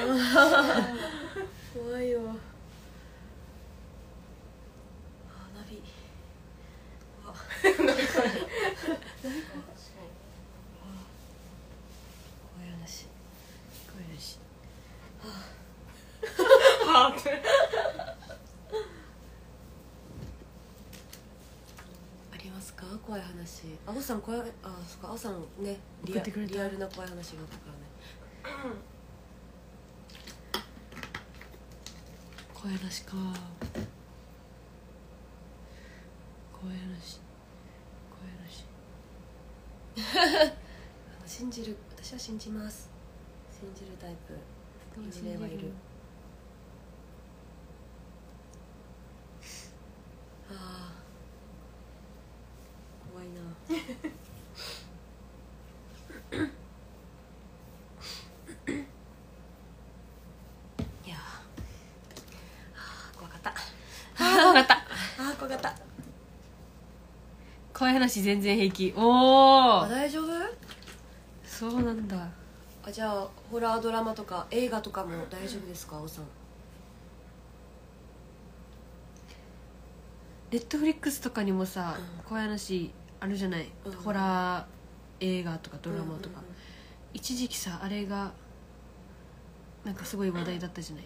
Speaker 2: ー怖いよあーナビ怖い話怖い話
Speaker 3: はーって
Speaker 2: ありますか怖い話あおさん怖いあそっかあおさんねリ
Speaker 1: 送
Speaker 2: ア
Speaker 1: ってくれた
Speaker 2: リアルな怖い話があったからね
Speaker 1: 怖い話か怖い話怖い話
Speaker 2: あの信じる私は信じます信じるタイプ信じればいるあー怖いな いやーあー怖かったあ
Speaker 1: 怖かった
Speaker 2: ー怖かった
Speaker 1: 怖い話全然平気お
Speaker 2: あ
Speaker 1: お
Speaker 2: 大丈夫
Speaker 1: そうなんだ
Speaker 2: あじゃあホラードラマとか映画とかも大丈夫ですかおさん
Speaker 1: ネットフリックスとかにもさ、
Speaker 2: うん
Speaker 1: 怖い話あるじゃない、
Speaker 2: うん
Speaker 1: ホラー映画とかドラマとか、一時期さあれがなんかすごい話題だったじゃない、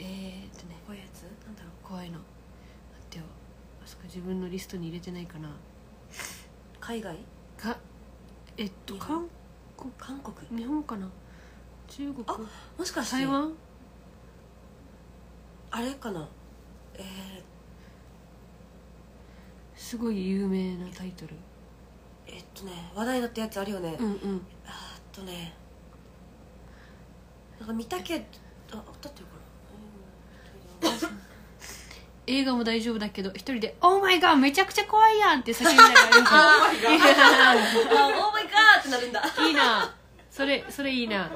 Speaker 1: えーってね
Speaker 2: 怖いやつなんだろう
Speaker 1: 怖いの待ってよあそこ自分のリストに入れてないかな
Speaker 2: 海 外
Speaker 1: かえっと
Speaker 2: 日
Speaker 1: 韓
Speaker 2: 本韓国
Speaker 1: 日本かな中国
Speaker 2: もしかして
Speaker 1: 台湾
Speaker 2: あれかなえー、
Speaker 1: すごい有名なタイトル
Speaker 2: えっとね話題になったやつあるよね、
Speaker 1: うんうん
Speaker 2: あーっとねなんか見たけどあ歌ってるかなう ん
Speaker 1: 映画も大丈夫だけど一人で「オーマイガーめちゃくちゃ怖いやん!」って叫んだら
Speaker 3: 怖いが
Speaker 2: あオーマイガーってなるんだ
Speaker 1: いいないいなそれそれいいな
Speaker 2: あ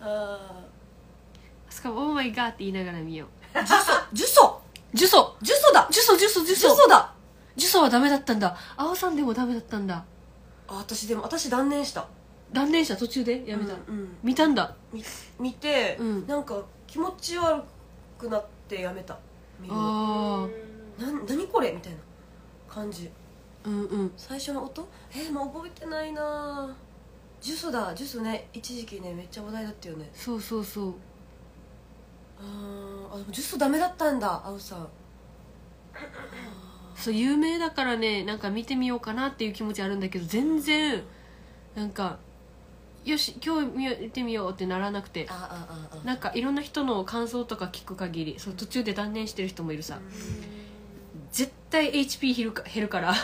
Speaker 1: あしかも「オーマイガー」って言いながら見よう
Speaker 2: ジュソ
Speaker 1: 呪詛
Speaker 2: ジュソだ
Speaker 1: 呪詛呪詛呪
Speaker 2: ジュ
Speaker 1: 詛
Speaker 2: ソだ
Speaker 1: 呪詛はダメだったんだ青さんでもダメだったんだ
Speaker 2: あ私でも私断念した
Speaker 1: 断念した途中でやめた、
Speaker 2: うんうん
Speaker 1: 見たんだ
Speaker 2: み見て、
Speaker 1: うん
Speaker 2: なんか気持ち悪くなってやめた見るの
Speaker 1: あ
Speaker 2: なん何これみたいな感じ
Speaker 1: あうんうん
Speaker 2: 最初の音えー、もう覚えてないなジュソだジュソね一時期ねめっちゃ話題だったよね
Speaker 1: そうそうそう
Speaker 2: あーあでもジュソダメだったんだ青さん
Speaker 1: そう有名だからねなんか見てみようかなっていう気持ちあるんだけど全然なんかよし今日見よ見てみようってならなくて
Speaker 2: あああああ
Speaker 1: なんかいろんな人の感想とか聞く限りそう途中で断念してる人もいるさ絶対 HP 減るか減るから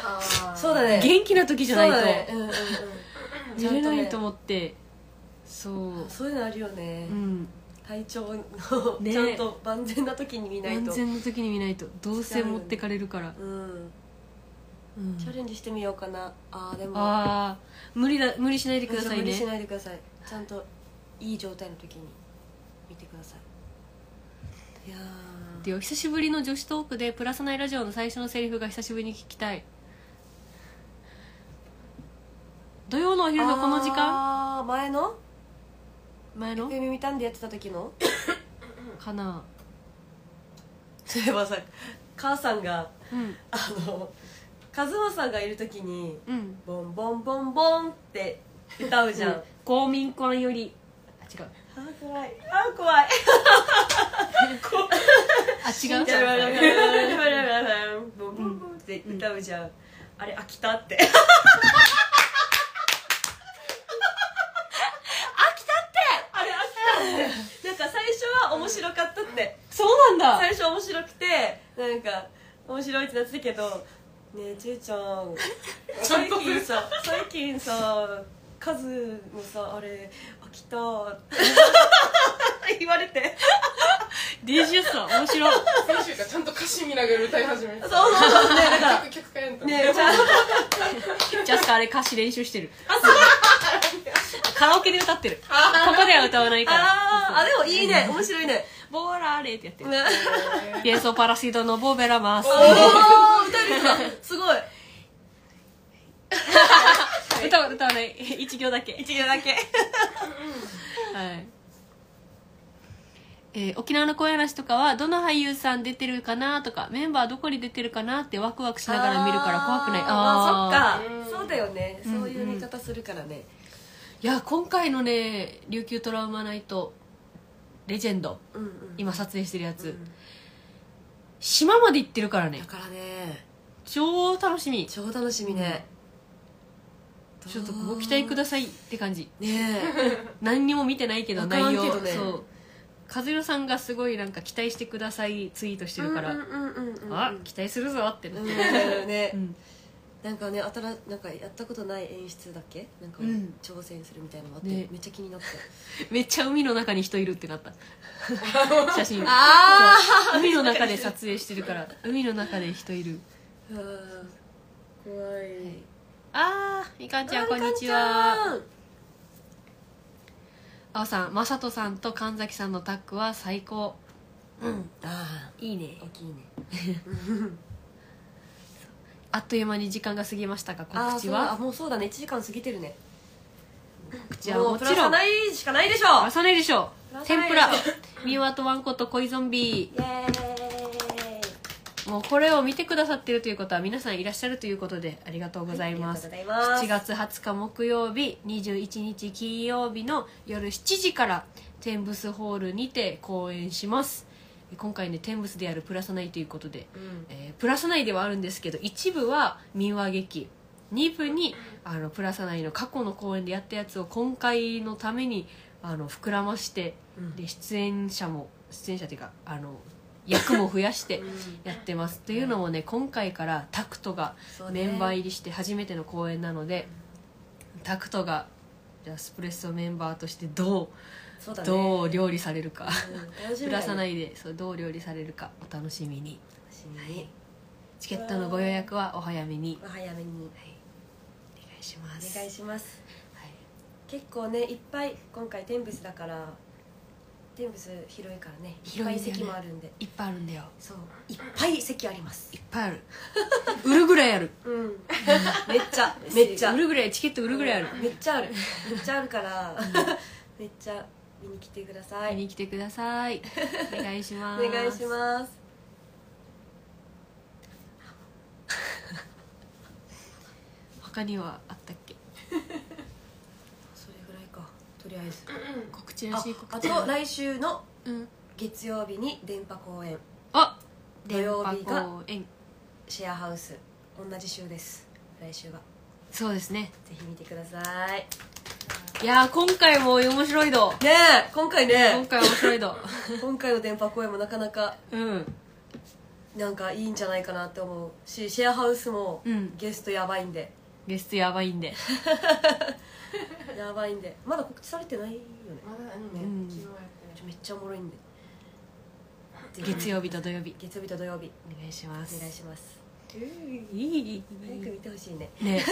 Speaker 2: そうだね
Speaker 1: 元気な時じゃないと、
Speaker 2: そうだねうんうんうん
Speaker 1: 見れないと
Speaker 2: ちゃん
Speaker 1: 思ってそう
Speaker 2: ねそういうのあるよね、
Speaker 1: うん
Speaker 2: 体調の
Speaker 1: ね
Speaker 2: ちゃんと万全な時に見ない
Speaker 1: 安
Speaker 2: と、
Speaker 1: 全の時に見ないとどうせ持ってかれるから、
Speaker 2: うん、
Speaker 1: うん
Speaker 2: チャレンジしてみようかなあーでも
Speaker 1: ああ無理だ無理しないでください
Speaker 2: 無理
Speaker 1: ね
Speaker 2: しないでくださいちゃんといい状態の時に見てくださいいやー
Speaker 1: でお久しぶりの女子トークでプラスナイラジオの最初のセリフが久しぶりに聞きたい土曜のお昼のこの時間
Speaker 2: あー前の
Speaker 1: 前
Speaker 2: 「
Speaker 1: の
Speaker 2: ペミミタン」でやってた時の
Speaker 1: かな
Speaker 2: そういえばさ母さんが
Speaker 1: うん
Speaker 2: あの和馬さんがいる時に
Speaker 1: うん
Speaker 2: 「ボンボンボンボン」って歌うじゃん、
Speaker 1: うん公民館よりあ違う
Speaker 2: あー怖いあー怖い
Speaker 1: あ違う
Speaker 2: じゃあ「ボンボンボン」って歌うじゃん、あれ飽きたって飽きたってあれ飽きたってなんか最初は面白かったって
Speaker 1: そうなん
Speaker 2: 最初面白くてなんか面白いってなってたけどねえちゅうちゃん最近さ最近さカズのさあれ飽きたって言われて
Speaker 1: DJ さん面白い
Speaker 3: 先週からちゃんと歌詞見ながら歌い始め
Speaker 2: そ
Speaker 3: た
Speaker 2: うそうそうねだから
Speaker 3: 曲曲変えんと
Speaker 2: ねえちゃん
Speaker 1: ジャスカあれ歌詞練習してるカラオケで歌ってるここでは歌わないから
Speaker 2: あーあでもいいね面白いね
Speaker 1: ボーラーレーってやってる
Speaker 2: ね
Speaker 1: イエソパラシドのボーベラマース
Speaker 2: おお二 人だすごい
Speaker 1: 歌は歌わない一行だけ
Speaker 2: 一行だけ
Speaker 1: はいえー沖縄の声嵐とかはどの俳優さん出てるかなとかメンバーどこに出てるかなってワクワクしながら見るから怖くない
Speaker 2: あーまあ
Speaker 1: ー
Speaker 2: そっかそうだよね
Speaker 1: うん
Speaker 2: そういう見方するからね
Speaker 1: いや今回のね琉球トラウマナイトレジェンド
Speaker 2: うんうん
Speaker 1: 今撮影してるやつ、
Speaker 2: うん
Speaker 1: 島まで行ってるからね
Speaker 2: だからね
Speaker 1: 超楽しみ
Speaker 2: 超楽しみね
Speaker 1: ちょっとご期待くださいって感じ
Speaker 2: ね
Speaker 1: 何にも見てないけど
Speaker 2: わから
Speaker 1: 内
Speaker 2: ん
Speaker 1: 容
Speaker 2: けどね
Speaker 1: そう和代さんがすごいなんか期待してくださいツイートして
Speaker 2: え
Speaker 1: るから、
Speaker 2: うんうんうんうんうん
Speaker 1: あ期待するぞってなっ
Speaker 2: うん
Speaker 1: て、
Speaker 2: ね
Speaker 1: うん
Speaker 2: なんかね新なんかやったことない演出だっけなんか
Speaker 1: うん
Speaker 2: 挑戦するみたいなのがあって
Speaker 1: ね
Speaker 2: めっちゃ気になって
Speaker 1: めっちゃ海の中に人いるってなった 写真
Speaker 2: あ
Speaker 1: そう海の中で撮影してるから海の中で人いる
Speaker 2: あ怖い
Speaker 1: あーみかんちゃんこんにち
Speaker 2: あ
Speaker 1: は
Speaker 2: ーみかんち
Speaker 1: あおさんまさとさんと神崎さんのタッグは最高
Speaker 2: ゃんうんあ
Speaker 1: いいね
Speaker 2: あ大きいね
Speaker 1: あっという間に時間が過ぎましたが
Speaker 2: あ
Speaker 1: 告
Speaker 2: あ
Speaker 1: 知
Speaker 2: そうだあ
Speaker 1: は
Speaker 2: もうそうだね1時間過ぎてるね
Speaker 1: 告知は
Speaker 2: も
Speaker 1: も
Speaker 2: うプ
Speaker 1: ち
Speaker 2: ラ
Speaker 1: ろ
Speaker 2: ス
Speaker 1: ん
Speaker 2: ないしかないでしょ
Speaker 1: あさないでしょ
Speaker 2: 出さ
Speaker 1: 天
Speaker 2: ない
Speaker 1: ぷ
Speaker 2: でしょ
Speaker 1: らミワとワンコと恋ゾンビ
Speaker 2: イエー
Speaker 1: もうこれを見てくださってるということは皆さんいらっしゃるということでありがとうご
Speaker 2: イ
Speaker 1: ざいます、
Speaker 2: ありがとうござ
Speaker 1: 7
Speaker 2: います
Speaker 1: 月20日木曜日21日金曜日の夜7時からテンブスホールにて公演します今回ねテンブスでやるプラスナイということで、えープラスナイではあるんですけど一部は民話劇2部にあのプラスナイの過去の公演でやったやつを今回のためにあの膨らまして
Speaker 2: うん
Speaker 1: で出演者も出演者というかあの役も増やしてやってますというのもね今回からタクトが
Speaker 2: そうね
Speaker 1: メンバー入りして初めての公演なので、タクトがじゃあスプレッソメンバーとしてど
Speaker 2: そう
Speaker 1: う、
Speaker 2: だね
Speaker 1: どう料理されるか
Speaker 2: うん楽し
Speaker 1: プ
Speaker 2: み
Speaker 1: ラさ
Speaker 2: だ
Speaker 1: な
Speaker 2: ね
Speaker 1: いでそうどう料理されるかお楽しみに
Speaker 2: 楽しみ
Speaker 1: チケットのご予約はお早めに
Speaker 2: お早めに
Speaker 1: お願いしま
Speaker 2: お
Speaker 1: す
Speaker 2: 願いします
Speaker 1: はい
Speaker 2: 結構ねいっぱい今回天物だから天ブス広いからねいっぱ
Speaker 1: 広い
Speaker 2: い
Speaker 1: んだよね
Speaker 2: 席もあるんで
Speaker 1: いっぱいあるんだよ
Speaker 2: そういっぱい席あります
Speaker 1: いっぱいある 売るぐらいある
Speaker 2: うんめっちゃめっちゃ
Speaker 1: 売るぐらいチケット売るぐらいある
Speaker 2: めっち ゃあるめっちゃあるからめっちゃ見に来てくださ
Speaker 1: 見
Speaker 2: い
Speaker 1: に来てくださいお願いし
Speaker 2: お
Speaker 1: ます
Speaker 2: 願いします
Speaker 1: 他にはあったっけ
Speaker 2: それぐらいかとりあえず
Speaker 1: 告知らしい
Speaker 2: あ
Speaker 1: 告
Speaker 2: あ
Speaker 1: 知
Speaker 2: と来週の
Speaker 1: うん
Speaker 2: 月曜日に電波公演
Speaker 1: あ
Speaker 2: 土曜日が
Speaker 1: 電波公演
Speaker 2: シェアハウス同じ週です来週は
Speaker 1: そうですね
Speaker 2: ぜひ見てください
Speaker 1: いやー今回も面白いど
Speaker 2: ねえ今回
Speaker 1: 今
Speaker 2: ね
Speaker 1: 回面白い ど
Speaker 2: 今回の電波公演もなかなか
Speaker 1: うん
Speaker 2: なんかいいんじゃないかなって思うしシェアハウスも
Speaker 1: うん
Speaker 2: ゲストやばいんで、
Speaker 1: ゲストやばいんで
Speaker 2: やばいんでまだ告知されてないよね
Speaker 3: まだうん
Speaker 1: うん
Speaker 3: 昨日やってない
Speaker 2: めっちゃおもろいんでぜひ
Speaker 1: 月曜日と土曜日
Speaker 2: 月曜日と土曜日
Speaker 1: お願いします
Speaker 2: お願いします
Speaker 1: いい
Speaker 2: 早く見てほしいね
Speaker 1: ね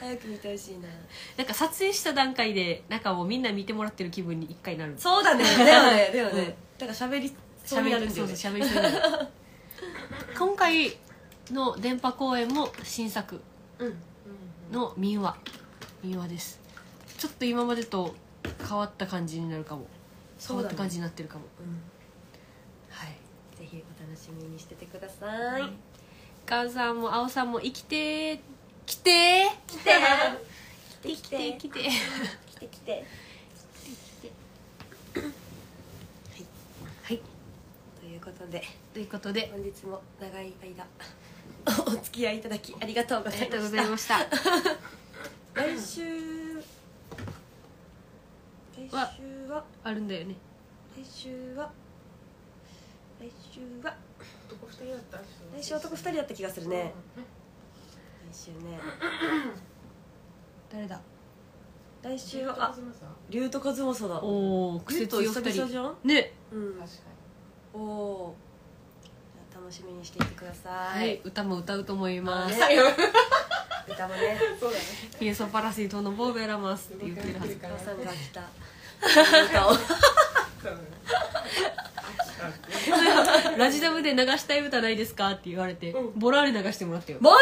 Speaker 2: 早く見てほしいな
Speaker 1: なんか撮影した段階でなんかもうみんな見てもらってる気分に一回なる
Speaker 2: そうだね だよねだよね、だから喋りそうになるんだ
Speaker 1: そ
Speaker 2: よ
Speaker 1: う
Speaker 2: ね
Speaker 1: そう喋りそうにな る今回の電波公演も新作
Speaker 2: うん
Speaker 3: うん
Speaker 1: の民話民話ですちょっと今までと変わった感じになるかも変
Speaker 2: そ
Speaker 1: わ
Speaker 2: う
Speaker 1: っ
Speaker 2: だ
Speaker 1: た
Speaker 2: ね
Speaker 1: 感じになってるかも
Speaker 2: うん
Speaker 1: はい
Speaker 2: ぜひお楽しみにしててください。
Speaker 1: ガンさんも青さんも生きて来て
Speaker 2: 来て
Speaker 1: 生きて来て
Speaker 2: 来て来て。
Speaker 1: はい
Speaker 2: ということで
Speaker 1: ということで
Speaker 2: 本日も長い 間お付き合いいただきありがとうご
Speaker 1: あ
Speaker 2: ざ
Speaker 1: り
Speaker 2: い
Speaker 1: がとう
Speaker 2: ま
Speaker 1: ご
Speaker 2: し
Speaker 1: ざい
Speaker 2: た。
Speaker 1: ました
Speaker 2: 来週来週
Speaker 1: は
Speaker 2: は
Speaker 1: あるんだよね
Speaker 2: 来週は来週は
Speaker 3: 男二人だった
Speaker 2: 来週男二人だった気がするね。来週ね
Speaker 1: 誰だ
Speaker 2: 来週は
Speaker 3: あ
Speaker 2: あ竜と和正だ。
Speaker 1: おお
Speaker 2: 竜
Speaker 1: 癖
Speaker 2: と
Speaker 1: 強
Speaker 2: 久
Speaker 1: 2
Speaker 2: 々
Speaker 1: 人
Speaker 2: じゃん。
Speaker 1: ね
Speaker 2: うん
Speaker 3: 確か。
Speaker 2: おおー。じゃあ楽しみにしていてくださ。
Speaker 1: はいい歌も歌うと思います
Speaker 2: ね
Speaker 3: に
Speaker 2: 歌もね。
Speaker 3: そうだね
Speaker 1: ピエソパラシートのボーベラマスって言ってるはず
Speaker 2: お父さんが来 た。
Speaker 3: そうだね
Speaker 1: ラジダムで流したい歌ないですかって言われて、
Speaker 3: うん
Speaker 1: ボラーレ流してもらったよ
Speaker 2: マ
Speaker 3: あ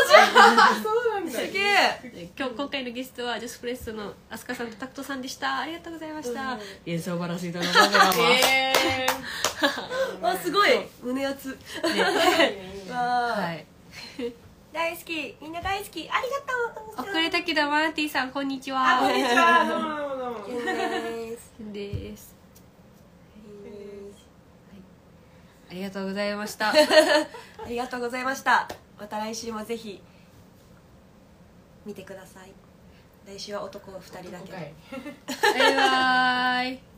Speaker 3: そうなんだ
Speaker 2: ジすげえ
Speaker 1: で今日今回のゲストはジョスプレッソのアスカさんとタクトさんでしたありがとうございました、
Speaker 2: うん
Speaker 1: ピエソパラシートのボーベラマス、
Speaker 3: えー
Speaker 2: あすごい胸熱
Speaker 1: は
Speaker 2: わ
Speaker 1: い
Speaker 2: 大好きみんな大好きありがとう
Speaker 1: 遅れたけどマナティさんこんにち
Speaker 3: あこん
Speaker 1: は
Speaker 3: にちはどうもどうもどうも
Speaker 2: です
Speaker 1: ですありがとうございま した
Speaker 2: ありがとうございましたまた来週もぜひ見てください来週は男二人だけ
Speaker 3: 今回
Speaker 1: バイバイ